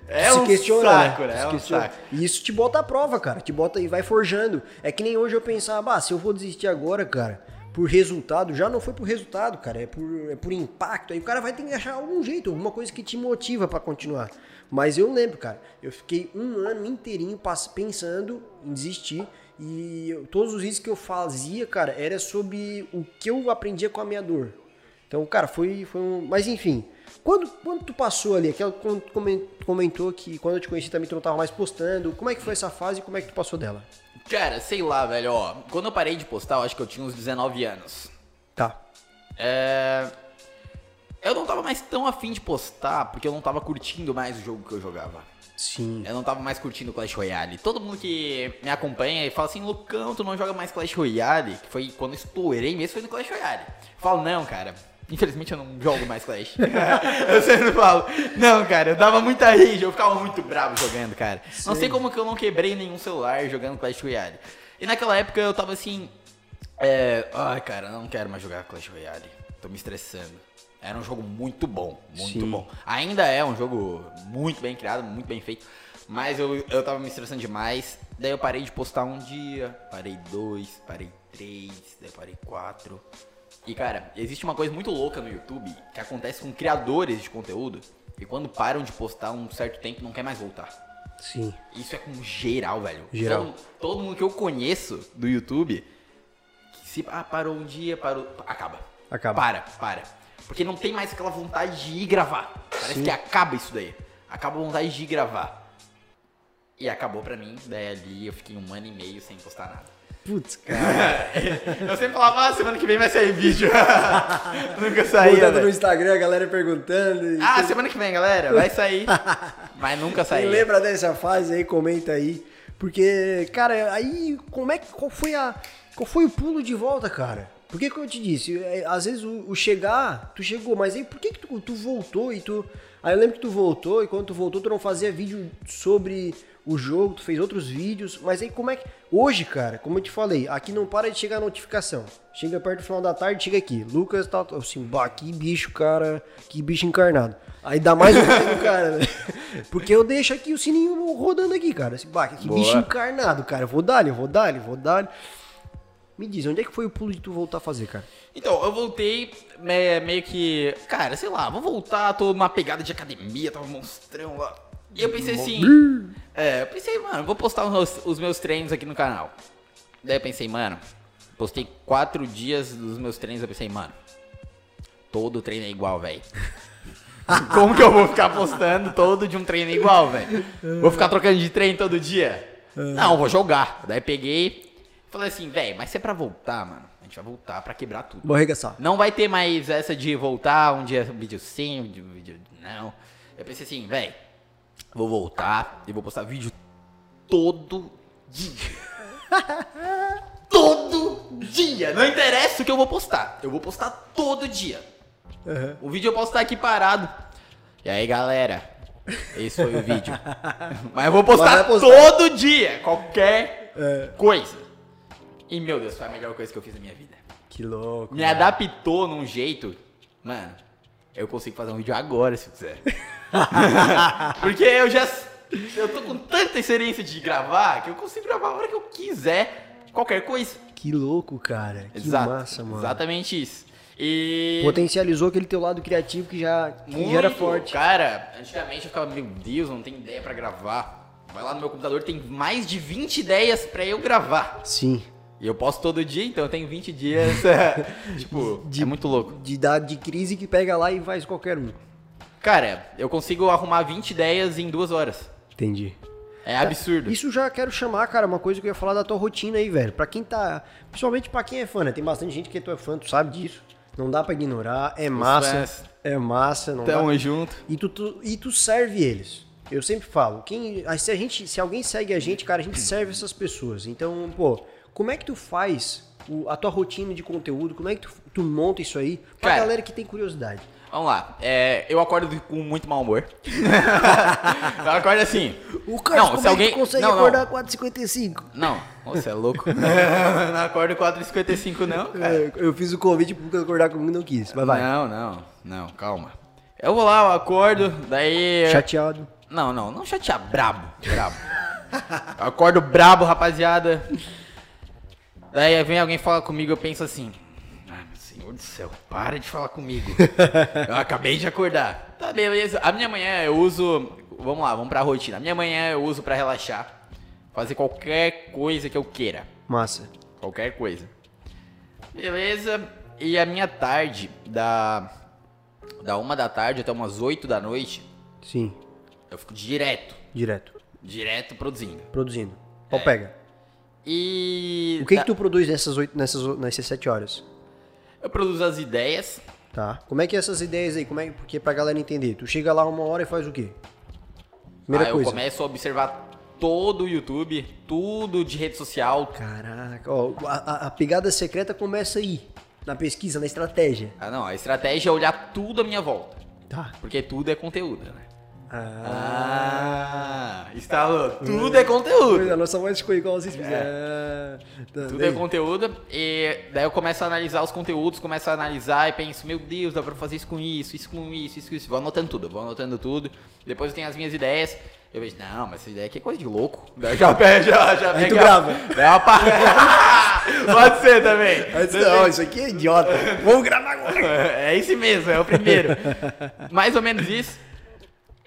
Speaker 1: É,
Speaker 2: se
Speaker 1: um
Speaker 2: questiona,
Speaker 1: saco,
Speaker 2: Se
Speaker 1: né? É um
Speaker 2: questiona.
Speaker 1: saco.
Speaker 2: E isso te bota à prova, cara. Te bota e vai forjando. É que nem hoje eu pensava, bah, se eu vou desistir agora, cara, por resultado, já não foi por resultado, cara. É por, é por impacto. Aí o cara vai ter que achar algum jeito, alguma coisa que te motiva pra continuar. Mas eu lembro, cara, eu fiquei um ano inteirinho pass- pensando em desistir. E eu- todos os vídeos que eu fazia, cara, era sobre o que eu aprendia com a minha dor. Então, cara, foi, foi um. Mas enfim, quando, quando tu passou ali, aquela quando tu comen- comentou que quando eu te conheci também tu não tava mais postando, como é que foi essa fase e como é que tu passou dela?
Speaker 1: Cara, sei lá, velho, ó. Quando eu parei de postar, eu acho que eu tinha uns 19 anos.
Speaker 2: Tá.
Speaker 1: É, Eu não tava mais tão afim de postar, porque eu não tava curtindo mais o jogo que eu jogava.
Speaker 2: Sim.
Speaker 1: Eu não tava mais curtindo Clash Royale. Todo mundo que me acompanha e fala assim, Lucão, tu não joga mais Clash Royale? Que foi quando eu explorei mesmo, foi no Clash Royale. Eu falo, não, cara. Infelizmente eu não jogo mais Clash. eu sempre falo, não, cara, eu dava muita rage, eu ficava muito bravo jogando, cara. Não sei como que eu não quebrei nenhum celular jogando Clash Royale. E naquela época eu tava assim, é, ai, cara, eu não quero mais jogar Clash Royale. Tô me estressando. Era um jogo muito bom, muito
Speaker 2: Sim.
Speaker 1: bom. Ainda é um jogo muito bem criado, muito bem feito. Mas eu, eu tava me estressando demais. Daí eu parei de postar um dia, parei dois, parei três, daí parei quatro. E cara, existe uma coisa muito louca no YouTube que acontece com criadores de conteúdo que quando param de postar um certo tempo não quer mais voltar.
Speaker 2: Sim.
Speaker 1: Isso é com geral, velho.
Speaker 2: Geral.
Speaker 1: Todo, todo mundo que eu conheço do YouTube, que se ah, parou um dia, parou. Acaba.
Speaker 2: Acaba.
Speaker 1: Para, para. Porque não tem mais aquela vontade de ir gravar. Parece
Speaker 2: Sim.
Speaker 1: que acaba isso daí. Acaba a vontade de ir gravar. E acabou pra mim, daí ali eu fiquei um ano e meio sem postar nada.
Speaker 2: Putz, cara.
Speaker 1: eu sempre falava, ah, semana que vem vai sair vídeo. Nunca saía.
Speaker 2: Voltando
Speaker 1: velho.
Speaker 2: no Instagram, a galera perguntando. e-
Speaker 1: Ah, semana que vem, galera, vai sair. Mas nunca
Speaker 2: Quem
Speaker 1: saiu.
Speaker 2: lembra dessa fase aí, comenta aí. Porque, cara, aí como é que. Qual foi a. Qual foi o pulo de volta, cara? Por que, que eu te disse? é, Às vezes o, o chegar, tu chegou, mas aí por que, que tu, tu voltou e tu. Aí eu lembro que tu voltou e quando tu voltou, tu não fazia vídeo sobre o jogo, tu fez outros vídeos, mas aí como é que. Hoje, cara, como eu te falei, aqui não para de chegar a notificação. Chega perto do final da tarde, chega aqui. Lucas tá. eu Assim, bah, que bicho, cara. Que bicho encarnado. Aí dá mais um tempo, cara. né? Porque eu deixo aqui o sininho rodando aqui, cara. Assim, bah, que
Speaker 1: Boa.
Speaker 2: bicho encarnado, cara. Eu Vou dar-lhe, eu vou dar-lhe, eu vou dar-lhe. Me diz, onde é que foi o pulo de tu voltar a fazer, cara?
Speaker 1: Então, eu voltei é, meio que. Cara, sei lá, vou voltar, tô numa pegada de academia, tava um monstrão lá. E eu pensei assim. É, eu pensei, mano, vou postar os, meus- os meus treinos aqui no canal. Daí eu pensei, mano, postei quatro dias dos meus treinos, eu pensei, mano, todo treino é igual, velho. Como que eu vou ficar postando todo de um treino igual, velho? Vou ficar trocando de treino todo dia? Não, vou jogar. Daí peguei, falei assim, velho, mas se é pra voltar, mano, a gente vai voltar pra quebrar tudo.
Speaker 2: Vou arregaçar.
Speaker 1: Não vai ter mais essa de voltar um dia um vídeo sim, um dia- um vídeo não. Eu pensei assim, velho, vou voltar e vou postar vídeo todo dia. todo dia. Não interessa o que eu vou postar. Eu vou postar todo dia. O vídeo eu posso estar aqui parado. E aí, galera, esse foi o vídeo. Mas eu vou
Speaker 2: Mas
Speaker 1: postar,
Speaker 2: vai postar.
Speaker 1: É, todo dia, qualquer coisa. E, meu Deus, foi a melhor coisa que eu fiz na minha vida.
Speaker 2: Que louco.
Speaker 1: Me adaptou num jeito. Mano, eu consigo fazer um vídeo agora se eu quiser. Porque eu já. Eu tô com tanta experiência de gravar que eu consigo gravar a hora que eu quiser. Qualquer coisa.
Speaker 2: Que louco, cara. Que
Speaker 1: Exato.
Speaker 2: massa, mano.
Speaker 1: Exatamente isso. E.
Speaker 2: Potencializou aquele teu lado criativo que já, que já era
Speaker 1: Muito,
Speaker 2: forte.
Speaker 1: Cara, antigamente eu ficava, meu Deus, eu não tenho ideia pra gravar. Vai lá no meu computador, tem mais de 20 ideias pra eu gravar.
Speaker 2: Sim.
Speaker 1: E eu posso todo dia, então eu tenho 20 dias. tipo,
Speaker 2: De-
Speaker 1: é muito louco.
Speaker 2: De idade de crise que pega lá e faz qualquer um.
Speaker 1: Cara, eu consigo arrumar 20 ideias em duas horas.
Speaker 2: Entendi.
Speaker 1: É absurdo.
Speaker 2: Tá. Isso já quero chamar, cara, uma coisa que eu ia falar da tua rotina aí, velho. Pra quem tá. Principalmente pra quem é fã, né? Tem bastante gente que tu é fã, tu sabe disso. Não dá pra ignorar. É
Speaker 1: fãs.
Speaker 2: massa. É massa, não dá.
Speaker 1: Tamo junto.
Speaker 2: E tu, tu- e tu serve eles. Eu sempre falo, quem, ah, se, a gente, se alguém segue a gente, cara, a gente serve essas pessoas. Então, pô, como é que tu faz o- a tua rotina de conteúdo? Como é que tu, tu monta isso aí pra
Speaker 1: Cara.
Speaker 2: galera que tem curiosidade?
Speaker 1: Vamos lá. É, eu acordo com muito mau humor. eu acordo assim. não, se alguém... não, não.
Speaker 2: 4h55?
Speaker 1: Não, você é louco. não acordo 4h55 não, cara.
Speaker 2: É, Eu fiz o convite pro Lucas acordar comigo não quis, mas vai.
Speaker 1: Não, não, não, calma. Eu vou lá, eu acordo, daí.
Speaker 2: Chateado.
Speaker 1: Não, não, não chatear, brabo, brabo. Eu acordo brabo, rapaziada. Daí vem alguém falar comigo, eu penso assim. Ah, meu senhor do céu, para de falar comigo. eu acabei de acordar. Tá, beleza. A minha manhã eu uso. Vamos lá, vamos pra rotina. A minha manhã eu uso pra relaxar. Fazer qualquer coisa que eu queira.
Speaker 2: Massa.
Speaker 1: Qualquer coisa. Beleza. E a minha tarde, da. Da uma da tarde até umas 8 da noite,
Speaker 2: Sim,
Speaker 1: eu fico direto.
Speaker 2: direto.
Speaker 1: Direto produzindo.
Speaker 2: Produzindo.
Speaker 1: É.
Speaker 2: Qual pega?
Speaker 1: E. ah,
Speaker 2: O que,
Speaker 1: da-
Speaker 2: que tu produz nessas, oito, nessas, o- nessas sete horas?
Speaker 1: Eu produzo as ideias.
Speaker 2: Tá. Como é que é essas ideias aí? Como é que, porque pra galera entender, tu chega lá uma hora e faz o quê? Primeira
Speaker 1: aí
Speaker 2: coisa.
Speaker 1: Ah, eu começo a observar todo o YouTube, tudo de rede social.
Speaker 2: Caraca, ó, a, a- a pegada secreta começa aí, na pesquisa, na estratégia.
Speaker 1: Ah, não. A estratégia é olhar tudo à minha volta.
Speaker 2: Tá.
Speaker 1: Porque tudo é conteúdo, né?
Speaker 2: Ah,
Speaker 1: Ah, instalou. Tudo é conteúdo.
Speaker 2: a nossa voz ficou igual vocês fizeram. Ah, tá,
Speaker 1: Tudo
Speaker 2: daí?
Speaker 1: é conteúdo, e daí eu começo a analisar os conteúdos, começo a analisar e penso, meu Deus, dá pra fazer isso com isso, isso com isso, isso com isso. Vou anotando tudo, vou anotando tudo. Depois eu tenho as minhas ideias. Eu vejo, não, mas essa ideia aqui é coisa de louco. Daí eu já pega, já, já
Speaker 2: Aí tu
Speaker 1: pega-
Speaker 2: grava.
Speaker 1: Daí uma par- Pode ser também.
Speaker 2: Aí tu- não, isso aqui é idiota. Vamos gravar agora.
Speaker 1: É esse mesmo, é o primeiro. Mais ou menos isso.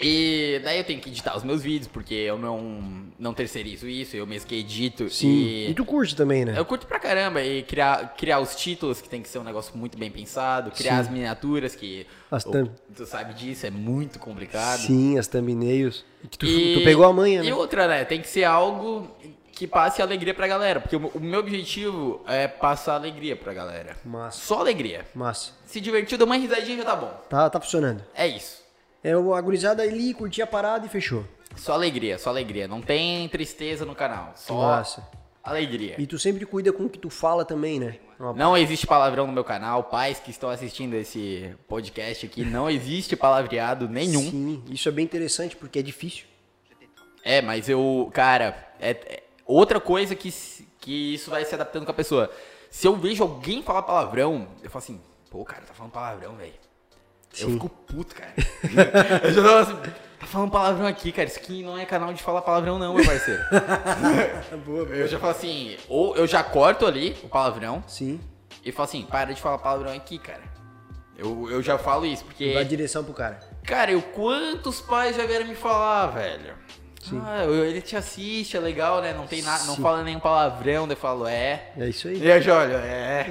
Speaker 1: E daí eu tenho que editar os meus vídeos, porque eu não, não terceirizo isso, eu mesmo que edito.
Speaker 2: Sim. E, tu curte também, né?
Speaker 1: Eu curto pra caramba e criar, criar os títulos, que tem que ser um negócio muito bem pensado, criar
Speaker 2: Sim.
Speaker 1: as miniaturas, que
Speaker 2: As
Speaker 1: o-
Speaker 2: thumb.
Speaker 1: tu sabe disso, é muito complicado.
Speaker 2: Sim, as thumbnails. Que Tu,
Speaker 1: E-
Speaker 2: tu pegou a manha, né?
Speaker 1: E outra, né? Tem que ser algo que passe alegria pra galera, porque o, o meu objetivo é passar alegria pra galera.
Speaker 2: Massa,
Speaker 1: Só alegria.
Speaker 2: massa.
Speaker 1: Se divertir, dá uma risadinha já tá bom.
Speaker 2: Tá, tá funcionando.
Speaker 1: É isso.
Speaker 2: É o agorizado ali, curti a parada e fechou.
Speaker 1: Só alegria, só alegria. Não tem tristeza no canal. Só
Speaker 2: Massa.
Speaker 1: alegria.
Speaker 2: E tu sempre cuida com o que tu fala também, né? Uma-
Speaker 1: Não existe palavrão no meu canal. Pais que estão assistindo esse podcast aqui, não existe palavreado nenhum.
Speaker 2: Sim, isso é bem interessante porque é difícil.
Speaker 1: É, mas eu, cara, é, é outra coisa que, se- que isso vai se adaptando com a pessoa. Se eu vejo alguém falar palavrão, eu falo assim, pô, cara, tá falando palavrão, velho. Eu
Speaker 2: Sim.
Speaker 1: fico puto, cara. eu já tava assim, tá falando palavrão aqui, cara. Isso aqui não é canal de falar palavrão, não, meu parceiro.
Speaker 2: Tá
Speaker 1: eu já falo assim, ou eu já corto ali o palavrão,
Speaker 2: Sim,
Speaker 1: E fala assim, para de falar palavrão aqui, cara. Eu, eu já falo isso,
Speaker 2: dá
Speaker 1: porque.
Speaker 2: direção pro cara.
Speaker 1: Cara, eu quantos pais já vieram me falar, velho? Ah, eu- ele te assiste, é legal, né? Não tem nada, não
Speaker 2: Sim.
Speaker 1: fala nenhum palavrão, daí eu falo, é.
Speaker 2: É isso aí.
Speaker 1: E eu já olho, é.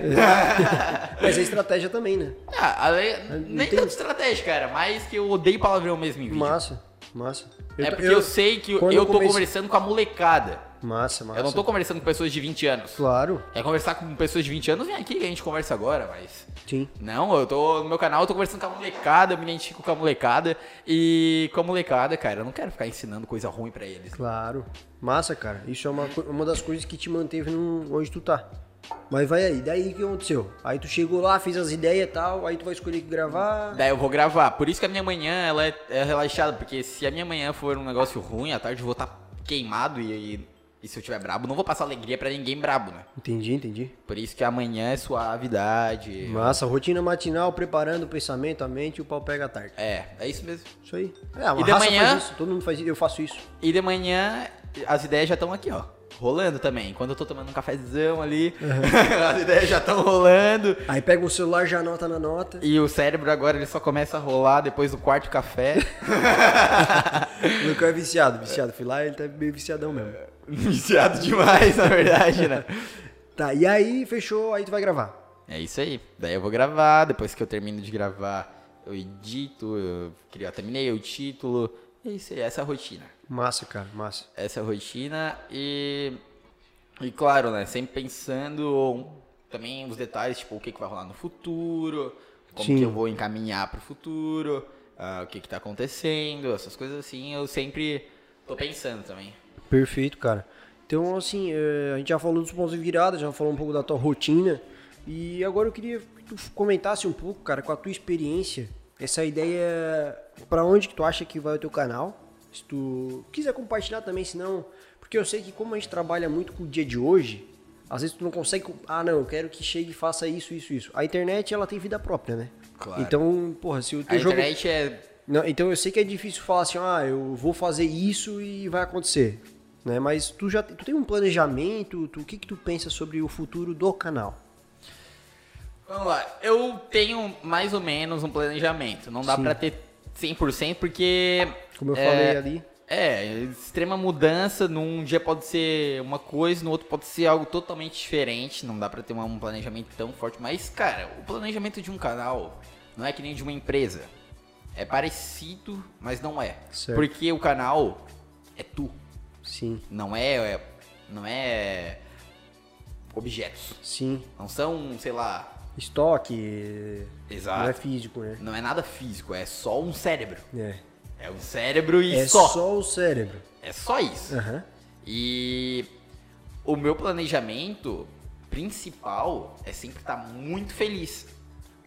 Speaker 2: Mas é estratégia também, né?
Speaker 1: ah, ale- nem
Speaker 2: tem-
Speaker 1: tanto estratégia, cara, mas que eu odeio palavrão mesmo em vídeo.
Speaker 2: Massa, massa.
Speaker 1: é
Speaker 2: ta-
Speaker 1: porque eu, sei que eu
Speaker 2: quando eu
Speaker 1: tô
Speaker 2: comecei-
Speaker 1: conversando com a molecada.
Speaker 2: Massa, massa.
Speaker 1: Eu não tô conversando com pessoas de 20 anos.
Speaker 2: Claro,
Speaker 1: É conversar com pessoas de 20 anos, vem aqui que a gente conversa agora, mas.
Speaker 2: sim.
Speaker 1: Não, eu tô no meu canal, eu tô conversando com a molecada, eu me identifico com a molecada e com a molecada, cara, eu não quero ficar ensinando coisa ruim pra eles.
Speaker 2: Claro. Massa, cara. Isso é uma, co- uma das coisas que te manteve no, onde tu tá. Mas vai aí, daí o que aconteceu? Aí tu chegou lá, fez as ideias e tal, aí tu vai escolher o que gravar.
Speaker 1: Daí eu vou gravar. Por isso que a minha manhã ela é, é relaxada, porque se a minha manhã for um negócio ruim, à tarde eu vou estar tá queimado e, e E se eu tiver brabo, não vou passar alegria pra ninguém brabo, né?
Speaker 2: Entendi, entendi.
Speaker 1: Por isso que amanhã é suavidade.
Speaker 2: Massa, rotina matinal, preparando o pensamento, a mente e o pau pega a tarde.
Speaker 1: É, é isso mesmo.
Speaker 2: Isso aí. É, uma
Speaker 1: E de
Speaker 2: raça
Speaker 1: manhã?
Speaker 2: faz isso, todo mundo faz isso, eu faço isso.
Speaker 1: E de manhã, as ideias já estão aqui, ó. Rolando também. Quando eu tô tomando um cafezão ali, as ideias já estão rolando.
Speaker 2: Aí pega o celular, já anota na nota.
Speaker 1: E o cérebro agora ele só começa a rolar depois do quarto café.
Speaker 2: O Lucão é viciado, viciado. Fui lá, ele tá meio viciadão mesmo.
Speaker 1: Viciado demais, na verdade, né?
Speaker 2: Tá, e aí fechou, aí tu vai gravar.
Speaker 1: É isso aí. Daí eu vou gravar, depois que eu termino de gravar, eu edito, eu, crio- eu terminei o título. É isso aí, essa é a rotina.
Speaker 2: Massa, cara, massa.
Speaker 1: Essa é a rotina e. E claro, né? Sempre pensando um, também os detalhes, tipo, o que, que vai rolar no futuro, como
Speaker 2: Sim.
Speaker 1: que eu vou encaminhar pro futuro, ah, o que, que tá acontecendo, essas coisas assim, eu sempre tô pensando também.
Speaker 2: Perfeito, cara. Então, assim, eh, a gente já falou dos pontos de virada, já falou um pouco da tua rotina. E agora eu queria que tu comentasse um pouco, cara, com a tua experiência, essa ideia, pra onde que tu acha que vai o teu canal? Se tu quiser compartilhar também, se não, porque eu sei que como a gente trabalha muito com o dia de hoje, às vezes tu não consegue, com- ah, não, eu quero que chegue e faça isso, isso, isso. A internet, ela tem vida própria, né?
Speaker 1: Claro.
Speaker 2: Então, porra, se o teu
Speaker 1: A
Speaker 2: jogo...
Speaker 1: internet é.
Speaker 2: Não, então eu sei que é difícil falar assim, ah, eu vou fazer isso e vai acontecer, né? Mas tu já tu tem um planejamento, tu, o que que tu pensa sobre o futuro do canal?
Speaker 1: Vamos lá, eu tenho mais ou menos um planejamento, não dá
Speaker 2: Sim.
Speaker 1: pra ter 100% porque.
Speaker 2: Como eu
Speaker 1: é,
Speaker 2: falei ali.
Speaker 1: É, extrema mudança. Num dia pode ser uma coisa, no outro pode ser algo totalmente diferente. Não dá pra ter uma- um planejamento tão forte. Mas, cara, o planejamento de um canal não é que nem de uma empresa. É parecido, mas não é.
Speaker 2: Certo.
Speaker 1: Porque o canal é tu.
Speaker 2: Sim,
Speaker 1: Não é, é- não é objetos.
Speaker 2: sim.
Speaker 1: Não são, sei lá,
Speaker 2: Estoque
Speaker 1: Exato.
Speaker 2: não é físico, né?
Speaker 1: não é nada físico. É só um cérebro.
Speaker 2: É.
Speaker 1: É um cérebro e
Speaker 2: É
Speaker 1: só.
Speaker 2: só. o cérebro.
Speaker 1: É só isso.
Speaker 2: Aham.
Speaker 1: E o meu planejamento principal é sempre estar muito feliz.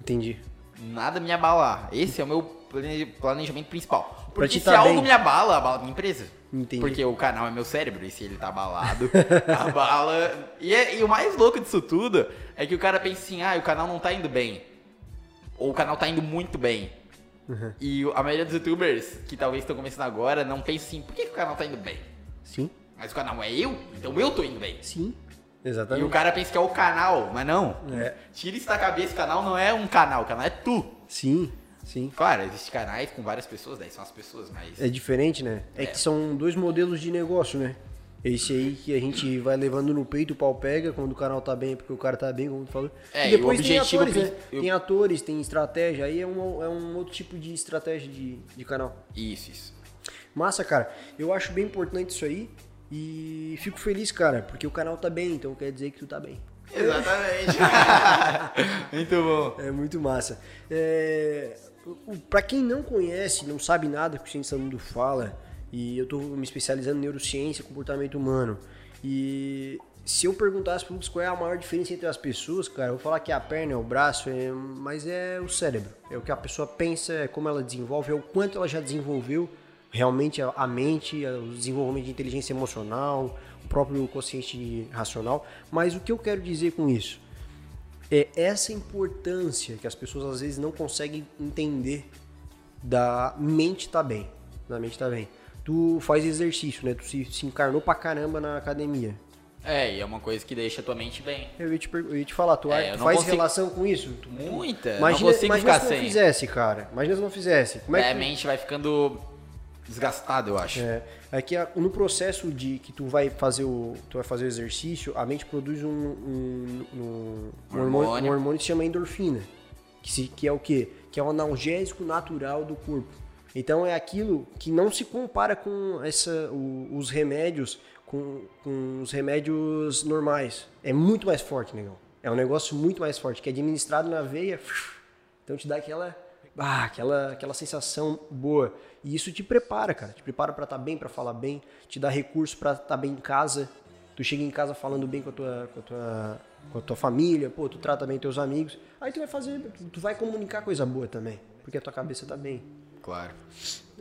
Speaker 2: Entendi.
Speaker 1: Nada me abalar. Esse é o meu plane- planejamento principal.
Speaker 2: Pra
Speaker 1: Porque
Speaker 2: te
Speaker 1: se
Speaker 2: tá
Speaker 1: algo
Speaker 2: bem.
Speaker 1: me abala, abala a minha empresa.
Speaker 2: Entendi.
Speaker 1: Porque o canal é meu cérebro, e se ele tá abalado, abala. E, é- e o mais louco disso tudo é que o cara pensa assim: ah, o canal não tá indo bem. Ou o canal tá indo muito bem.
Speaker 2: Uhum.
Speaker 1: E o- a maioria dos youtubers que talvez estão começando agora não pensa assim: por que, que o canal tá indo bem?
Speaker 2: Sim,
Speaker 1: Mas o canal é eu, então eu tô indo bem.
Speaker 2: sim.
Speaker 1: E o
Speaker 2: Exatamente.
Speaker 1: cara pensa que é o canal, mas não.
Speaker 2: É.
Speaker 1: Tira isso da cabeça, o canal não é um canal, o canal é tu.
Speaker 2: Sim, sim.
Speaker 1: Claro, existem canais com várias pessoas, daí são as pessoas, mas.
Speaker 2: É diferente, né? É, que são dois modelos de negócio, né? Esse aí que a gente vai levando no peito, o pau pega, quando o canal tá bem, porque o cara tá bem, como tu falou.
Speaker 1: É,
Speaker 2: e
Speaker 1: e
Speaker 2: depois
Speaker 1: o
Speaker 2: tem
Speaker 1: objetivo
Speaker 2: atores, né?
Speaker 1: prin- eu-
Speaker 2: Tem atores, tem estratégia, aí é um, é um outro tipo de estratégia de, de canal.
Speaker 1: Isso, isso.
Speaker 2: Massa, cara. Eu acho bem importante isso aí e fico feliz, cara, porque o canal tá bem, então quer dizer que tu tá bem.
Speaker 1: Exatamente. Muito bom.
Speaker 2: É muito massa. É, o- o- pra quem não conhece, não sabe nada que o Ciência do Mundo fala, e eu tô me especializando em neurociência e comportamento humano, e se eu perguntasse para qual é a maior diferença entre as pessoas, cara, eu vou falar que a perna é o braço, é- mas é o cérebro. É o que a pessoa pensa, é como ela desenvolve, é o quanto ela já desenvolveu realmente a, a mente, a- o desenvolvimento de inteligência emocional, o próprio consciente racional. Mas o que eu quero dizer com isso? é essa importância que as pessoas às vezes não conseguem entender da mente tá bem. Da mente tá bem. Tu faz exercício, né? Tu se, se encarnou pra caramba na academia.
Speaker 1: É, e é uma coisa que deixa tua mente bem.
Speaker 2: Eu ia te, per- eu ia te falar, tu,
Speaker 1: É,
Speaker 2: acha-
Speaker 1: eu
Speaker 2: tu
Speaker 1: não
Speaker 2: faz
Speaker 1: consigo-
Speaker 2: relação com isso? Tu-
Speaker 1: Muita. eu
Speaker 2: Imagina,
Speaker 1: não consigo
Speaker 2: imagina
Speaker 1: ficar
Speaker 2: se não
Speaker 1: sem.
Speaker 2: fizesse, cara. Imagina se não fizesse. Como é
Speaker 1: Daí
Speaker 2: que
Speaker 1: a
Speaker 2: tu-
Speaker 1: mente vai ficando desgastada, eu acho.
Speaker 2: É, é que a- no processo de que tu vai fazer o, tu vai fazer o exercício, a mente produz um, um- um- um hormônio.
Speaker 1: Hormônio.
Speaker 2: um hormônio que se chama endorfina, que, se- que é o quê? Que é o analgésico natural do corpo. Então é aquilo que não se compara com essa, o- os remédios, com, com os remédios normais. É muito mais forte, negão. É um negócio muito mais forte, que é administrado na veia, então te dá aquela, ah, aquela, aquela sensação boa. E isso te prepara, cara. Te prepara pra estar bem, pra falar bem, te dá recurso pra estar bem em casa. Tu chega em casa falando bem com a tua, com a tua, com a tua família, pô, tu trata bem teus amigos. Aí tu vai fazer, tu vai comunicar coisa boa também, porque a tua cabeça tá bem.
Speaker 1: claro.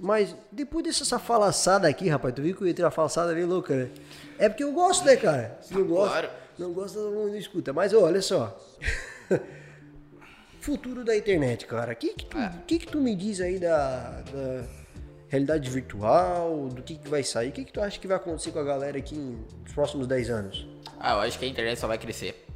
Speaker 2: Mas depois dessa falaçada aqui, rapaz, tu viu que eu entrei uma falaçada bem louca, né? É porque eu gosto, né, cara? Se não gosto,
Speaker 1: Claro.
Speaker 2: não gosta, não, não escuta. Mas ó, olha só. Futuro da internet, cara. O que que, tu- que que tu me diz aí da, da realidade virtual, do que que vai sair? O que que tu acha que vai acontecer com a galera aqui em- nos próximos 10 anos?
Speaker 1: Ah, eu acho que a internet só vai crescer.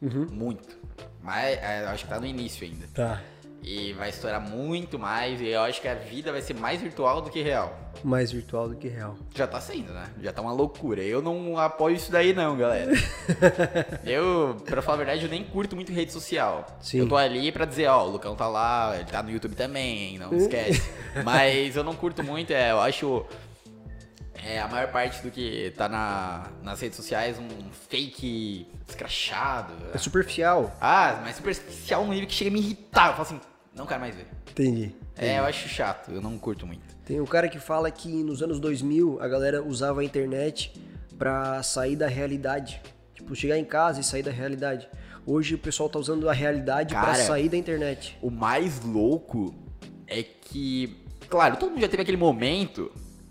Speaker 2: Uhum.
Speaker 1: Muito. Mas é, eu acho que tá no início ainda.
Speaker 2: Tá.
Speaker 1: E vai estourar muito mais. E eu acho que a vida vai ser mais virtual do que real.
Speaker 2: Mais virtual do que real.
Speaker 1: Já tá sendo, né? Já tá uma loucura. Eu não apoio isso daí, não, galera. eu, pra falar a verdade, eu nem curto muito rede social.
Speaker 2: Sim.
Speaker 1: Eu tô ali pra dizer, ó, o Lucão tá lá, ele tá no YouTube também, hein? Não esquece. Mas eu não curto muito, é, eu acho. É, a maior parte do que tá na, nas redes sociais um fake escrachado.
Speaker 2: É superficial.
Speaker 1: Ah, mas superficial um nível que chega a me irritar. Eu falo assim, não quero mais ver.
Speaker 2: Entendi.
Speaker 1: É, eu acho chato, eu não curto muito.
Speaker 2: Tem um cara que fala que nos anos 2000 a galera usava a internet pra sair da realidade. Tipo, chegar em casa e sair da realidade. Hoje o pessoal tá usando a realidade pra
Speaker 1: Cara.
Speaker 2: sair da internet.
Speaker 1: O mais louco é que, claro, todo mundo já teve aquele momento.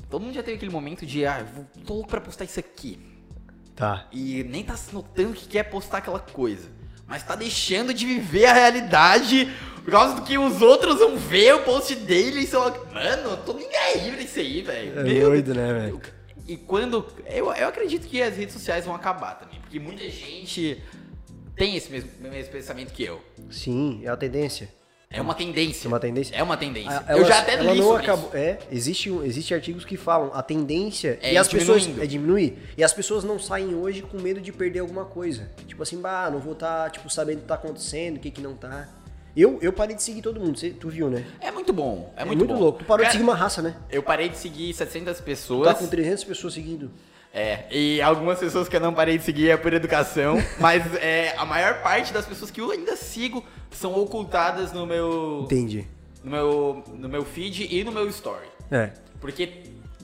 Speaker 1: Todo mundo já teve aquele momento de, ah, eu vou- tô louco pra postar isso aqui.
Speaker 2: Tá.
Speaker 1: E nem tá se notando que quer postar aquela coisa. Mas tá deixando de viver a realidade por causa do que os outros vão ver o post dele e só. Mano, eu tô nem aí pra isso aí, velho. Meu
Speaker 2: né,
Speaker 1: eu- E quando. Eu, eu acredito que as redes sociais vão acabar também. Porque muita gente tem esse mesmo, mesmo pensamento que eu.
Speaker 2: Sim, é a tendência.
Speaker 1: É uma tendência.
Speaker 2: É uma tendência.
Speaker 1: É uma tendência.
Speaker 2: A-
Speaker 1: eu
Speaker 2: Ah, ela-
Speaker 1: já até
Speaker 2: ela
Speaker 1: li
Speaker 2: não
Speaker 1: sobre
Speaker 2: acabou. É, existe, um, existe artigos que falam a tendência
Speaker 1: É
Speaker 2: e
Speaker 1: ir
Speaker 2: as pessoas
Speaker 1: diminuindo.
Speaker 2: é diminuir. E as pessoas não saem hoje com medo de perder alguma coisa. Tipo assim, bah, não vou estar tá, tipo sabendo o que tá acontecendo, o que que não tá. Eu, eu parei de seguir todo mundo, cê- tu viu, né?
Speaker 1: isso. É muito bom. É,
Speaker 2: É
Speaker 1: muito,
Speaker 2: muito,
Speaker 1: bom.
Speaker 2: louco. Tu parou
Speaker 1: Cara,
Speaker 2: de seguir uma raça, né?
Speaker 1: Eu parei de seguir 700
Speaker 2: Tu
Speaker 1: pessoas.
Speaker 2: tá com 300 pessoas seguindo.
Speaker 1: É, e algumas pessoas que eu não parei de seguir é por educação, mas é, a maior parte das pessoas que eu ainda sigo são ocultadas no meu,
Speaker 2: Entendi.
Speaker 1: no meu, no meu feed e no meu story.
Speaker 2: É.
Speaker 1: Porque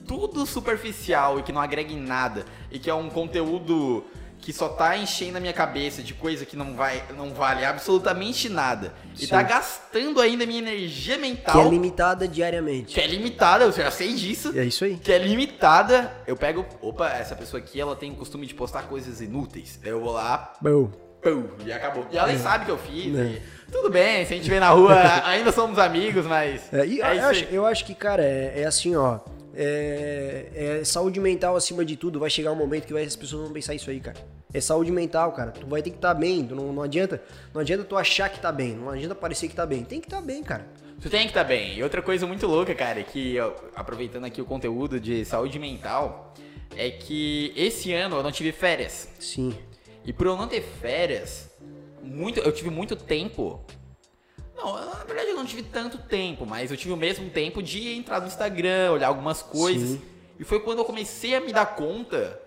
Speaker 1: tudo superficial e que não agrega em nada e que é um conteúdo que só tá enchendo a minha cabeça de coisa que não, vai, não vale absolutamente nada. E
Speaker 2: Sim.
Speaker 1: tá gastando ainda a minha energia
Speaker 2: Que é
Speaker 1: mental,
Speaker 2: limitada diariamente.
Speaker 1: que é limitada, eu já sei disso,
Speaker 2: É isso aí.
Speaker 1: que é limitada. Eu pego, opa, essa pessoa aqui ela tem o costume de postar coisas inúteis. Eu vou lá,
Speaker 2: Bom.
Speaker 1: pum, e acabou. E ela nem sabe que eu fiz.
Speaker 2: É.
Speaker 1: e tudo bem, se a gente vê na rua, ainda somos amigos, mas.
Speaker 2: É, e eu,
Speaker 1: é isso
Speaker 2: acho,
Speaker 1: aí.
Speaker 2: eu acho que, cara, é, é assim, ó. É, é saúde mental acima de tudo. Vai chegar um momento que vai- as pessoas vão pensar isso aí, cara. É saúde mental, cara. Tu vai ter que estar bem. Tu não, não adianta, não adianta tu achar que tá bem. Não adianta parecer que tá bem. Tem que estar bem, cara.
Speaker 1: Tu tem que estar bem. E outra coisa muito louca, cara, é que ó, aproveitando aqui o conteúdo de saúde mental, é que esse ano eu não tive férias.
Speaker 2: Sim.
Speaker 1: E por eu não ter férias, muito, eu tive muito tempo. Não, eu- na verdade eu não tive tanto tempo, mas eu tive o mesmo tempo de entrar no Instagram, olhar algumas coisas.
Speaker 2: Sim.
Speaker 1: E foi quando eu comecei a me dar conta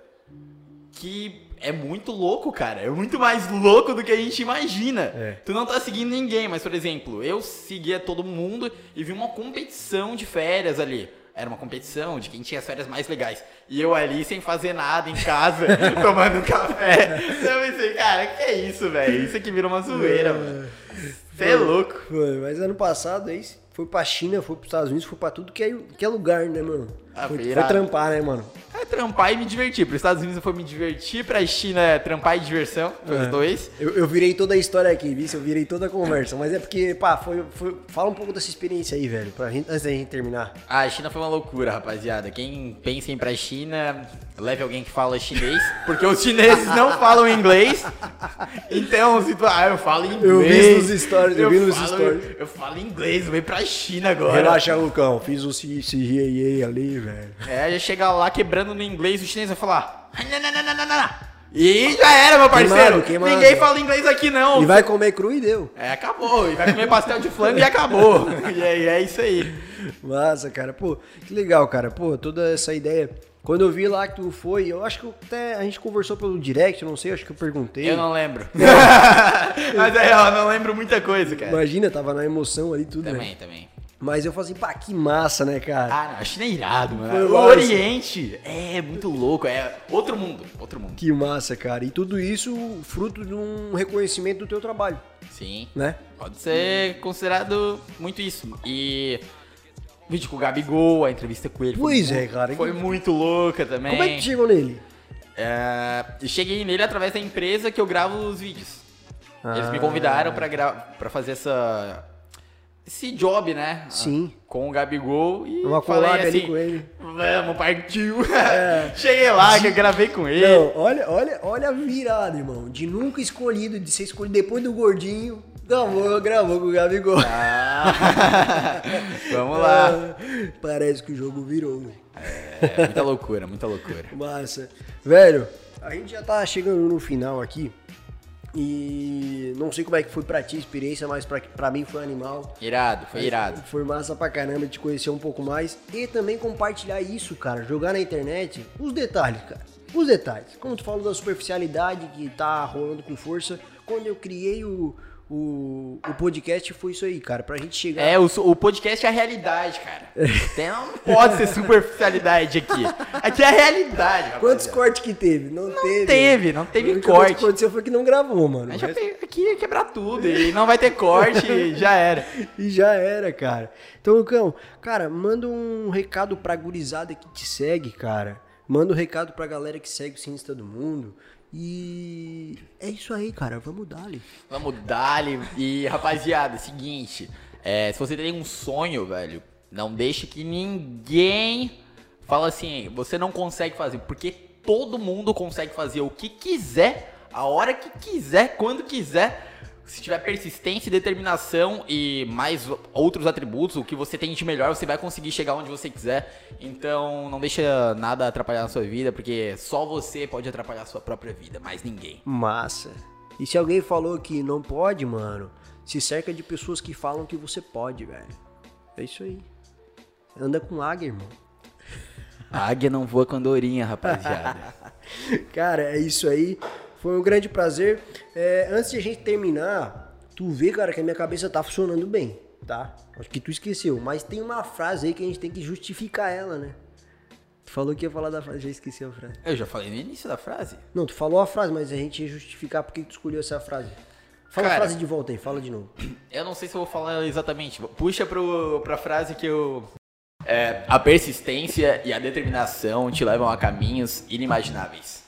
Speaker 1: que é muito louco, cara. É muito mais louco do que a gente imagina.
Speaker 2: É.
Speaker 1: Tu não tá seguindo ninguém, mas, por exemplo, eu seguia todo mundo e vi uma competição de férias ali. Era uma competição de quem tinha as férias mais legais. E eu ali sem fazer nada em casa, tomando um café. Eu pensei, cara, que é isso, velho? Isso aqui virou uma zoeira, mano. Você é louco.
Speaker 2: Mano, mas ano passado aí foi pra China, foi pros Estados Unidos, foi pra tudo que é, que é lugar, né, mano?
Speaker 1: Ah,
Speaker 2: foi,
Speaker 1: foi
Speaker 2: foi
Speaker 1: irado.
Speaker 2: trampar, né, mano?
Speaker 1: É trampar e me divertir. Para os Estados Unidos foi me divertir, para a China é trampar e diversão, foi os dois.
Speaker 2: Eu, eu virei toda a história aqui, viu? Eu virei toda a conversa. Mas é porque, pá, foi, foi- fala um pouco dessa experiência aí, velho, pra gente, antes da gente terminar.
Speaker 1: A China foi uma loucura, rapaziada. Quem pensa em ir pra China, leve alguém que fala chinês, porque os chineses não falam inglês. Então, se tu, ah, eu falo inglês.
Speaker 2: Eu vi nos stories, eu vi nos
Speaker 1: falo-
Speaker 2: stories.
Speaker 1: Eu falo inglês, eu vim pra China agora.
Speaker 2: Relaxa, Lucão. Fiz o CGA ali, velho.
Speaker 1: É, já chega lá quebrando no inglês, o chinês vai falar. "Ah, não, não, não, não, não, não, não." E já era, meu parceiro.
Speaker 2: Queimado, queimado.
Speaker 1: Ninguém fala inglês aqui, não.
Speaker 2: E vai comer cru e deu.
Speaker 1: É, acabou. E vai comer pastel de flango e acabou. E aí, é isso aí.
Speaker 2: Massa, cara. Pô, que legal, cara. Pô, toda essa ideia. Quando eu vi lá que tu foi, eu acho que eu até a gente conversou pelo direct, eu não sei, acho que eu perguntei.
Speaker 1: Eu não lembro. Mas é, eu não lembro muita coisa, cara.
Speaker 2: Imagina, tava na emoção ali tudo, né?
Speaker 1: Também, também.
Speaker 2: Mas eu falei assim, pá, que massa, né, cara?
Speaker 1: Ah, não, a China é irado,
Speaker 2: Foi
Speaker 1: mano. O
Speaker 2: lá,
Speaker 1: Oriente é muito louco, é outro mundo, outro mundo.
Speaker 2: Que massa, cara. E tudo isso fruto de um reconhecimento do teu trabalho,
Speaker 1: Sim,
Speaker 2: né?
Speaker 1: pode ser considerado muito isso. E vídeo com o Gabigol, a entrevista com ele. foi
Speaker 2: Pois
Speaker 1: muito-
Speaker 2: é, cara.
Speaker 1: Foi muito louca também.
Speaker 2: Como é que chegou nele?
Speaker 1: É, e cheguei nele através da empresa que eu gravo os vídeos. Eles me
Speaker 2: Ah.
Speaker 1: convidaram pra, gra- pra fazer essa. Esse job, né?
Speaker 2: Sim.
Speaker 1: Com o Gabigol e.
Speaker 2: Uma
Speaker 1: falei
Speaker 2: collab ali
Speaker 1: assim,
Speaker 2: com ele. É.
Speaker 1: Vamos, partiu. Cheguei lá, que eu gravei com ele.
Speaker 2: Não, olha, olha, olha a virada, irmão. De nunca escolhido, de ser escolhido depois do gordinho. Gravou, gravou com o Gabigol. Ah,
Speaker 1: Ah. Vamos lá.
Speaker 2: Parece que o jogo virou, velho.
Speaker 1: É, muita loucura, muita loucura.
Speaker 2: Massa. Velho, a gente já tá chegando no final aqui. E não sei como é que foi pra ti a experiência, mas pra, pra mim foi animal.
Speaker 1: Irado, foi irado.
Speaker 2: Foi massa pra caramba te conhecer um pouco mais e também compartilhar isso, cara. Jogar na internet os detalhes, cara. Os detalhes. Como tu falou da superficialidade que tá rolando com força, quando eu criei o, o, o podcast foi isso aí, cara. Pra gente chegar.
Speaker 1: É, o, su- o podcast é a realidade, cara. Tem, não pode ser superficialidade aqui. Aqui é a realidade.
Speaker 2: Quantos
Speaker 1: rapaziada.
Speaker 2: cortes que teve? Não, teve.
Speaker 1: teve, não teve
Speaker 2: O único coisa
Speaker 1: corte.
Speaker 2: que aconteceu foi que não gravou, mano.
Speaker 1: A gente vai pe- aqui ia quebrar tudo e não vai ter corte e já era.
Speaker 2: E já era, cara. Então, Lucão, cara, manda um recado pra gurizada que te segue, cara. Manda um recado pra galera que segue o Sinista do Mundo. E é isso aí, cara. Vamos dali.
Speaker 1: Vamos dali. E rapaziada, seguinte, é, se você tem um sonho, velho, não deixe que ninguém fala assim, você não consegue fazer, porque todo mundo consegue fazer o que quiser, a hora que quiser, quando quiser. Se tiver persistência, determinação e mais outros atributos, o que você tem de melhor, você vai conseguir chegar onde você quiser. Então, não deixa nada atrapalhar a sua vida, porque só você pode atrapalhar a sua própria vida, mais ninguém.
Speaker 2: Massa. E se alguém falou que não pode, mano, se cerca de pessoas que falam que você pode, velho. É isso aí. Anda com águia, irmão.
Speaker 1: A águia não voa com andorinha, rapaziada.
Speaker 2: Cara, é isso aí. Foi um grande prazer. É, antes de a gente terminar, tu vê, cara, que a minha cabeça tá funcionando bem, tá? Acho que tu esqueceu, mas tem uma frase aí que a gente tem que justificar ela, né? Tu falou que ia falar da frase, já esqueci a frase.
Speaker 1: Eu já falei no início da frase.
Speaker 2: Não, tu falou a frase, mas a gente ia justificar por que tu escolheu essa frase. Fala a
Speaker 1: Cara.
Speaker 2: frase de volta aí, fala de novo.
Speaker 1: Eu não sei se eu vou falar exatamente. Puxa pro, pra frase que eu. É, a persistência e a determinação te levam a caminhos inimagináveis.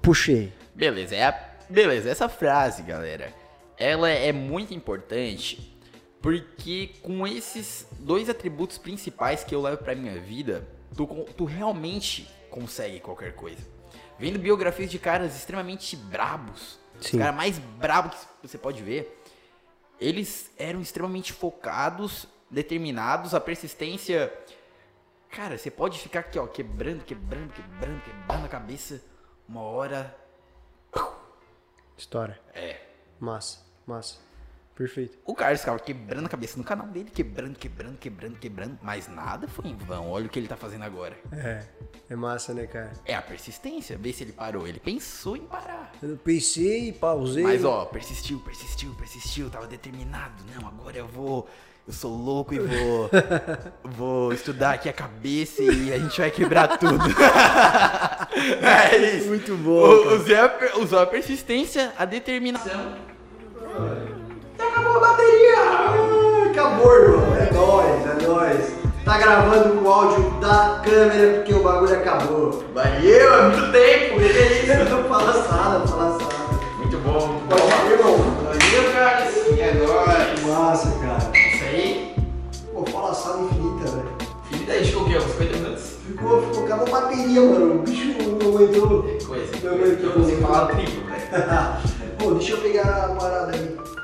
Speaker 2: Puxei.
Speaker 1: Beleza, é a- beleza, essa frase, galera, ela é muito importante porque com esses dois atributos principais que eu levo pra minha vida, tu, con- tu realmente consegue qualquer coisa. Vendo biografias de caras extremamente brabos,
Speaker 2: Sim.
Speaker 1: os caras mais brabos que você pode ver, eles eram extremamente focados, determinados, a persistência Cara, você pode ficar aqui, ó, quebrando, quebrando, quebrando, quebrando a cabeça. Uma hora.
Speaker 2: História.
Speaker 1: É.
Speaker 2: Massa, massa. Perfeito.
Speaker 1: O Carlos ficava quebrando a cabeça no canal dele, quebrando, quebrando, quebrando, quebrando. Mas nada foi em vão. Olha o que ele tá fazendo agora.
Speaker 2: É, é massa, né, cara?
Speaker 1: É a persistência. Vê se ele parou. Ele pensou em parar.
Speaker 2: Eu pensei, pausei.
Speaker 1: Mas, ó, persistiu, persistiu, persistiu. Tava determinado. Não, agora eu vou. Eu sou louco e vou. vou estudar aqui a cabeça e a gente vai quebrar tudo. é isso.
Speaker 2: Muito
Speaker 1: O-
Speaker 2: bom. cara.
Speaker 1: Usei a, per- usou a persistência, a determinação.
Speaker 2: Acabou, irmão. É nóis, é nóis. Tá gravando o áudio da câmera porque o bagulho acabou.
Speaker 1: Valeu, é muito tempo, que delícia.
Speaker 2: Fala sala, fala sala.
Speaker 1: Muito bom.
Speaker 2: Pode ir, irmão.
Speaker 1: Valeu, cara. É nóis.
Speaker 2: Massa, cara.
Speaker 1: Isso aí,
Speaker 2: Pô, fala sala infinita, velho.
Speaker 1: filho da gente, o quê? Uns 50 minutos?
Speaker 2: Ficou, ficou, acabou a bateria, mano. O bicho não aguentou.
Speaker 1: Coisa.
Speaker 2: Não aguentou.
Speaker 1: né? Eu consigo falar triplo, velho.
Speaker 2: Pô, deixa eu pegar a parada aí. tá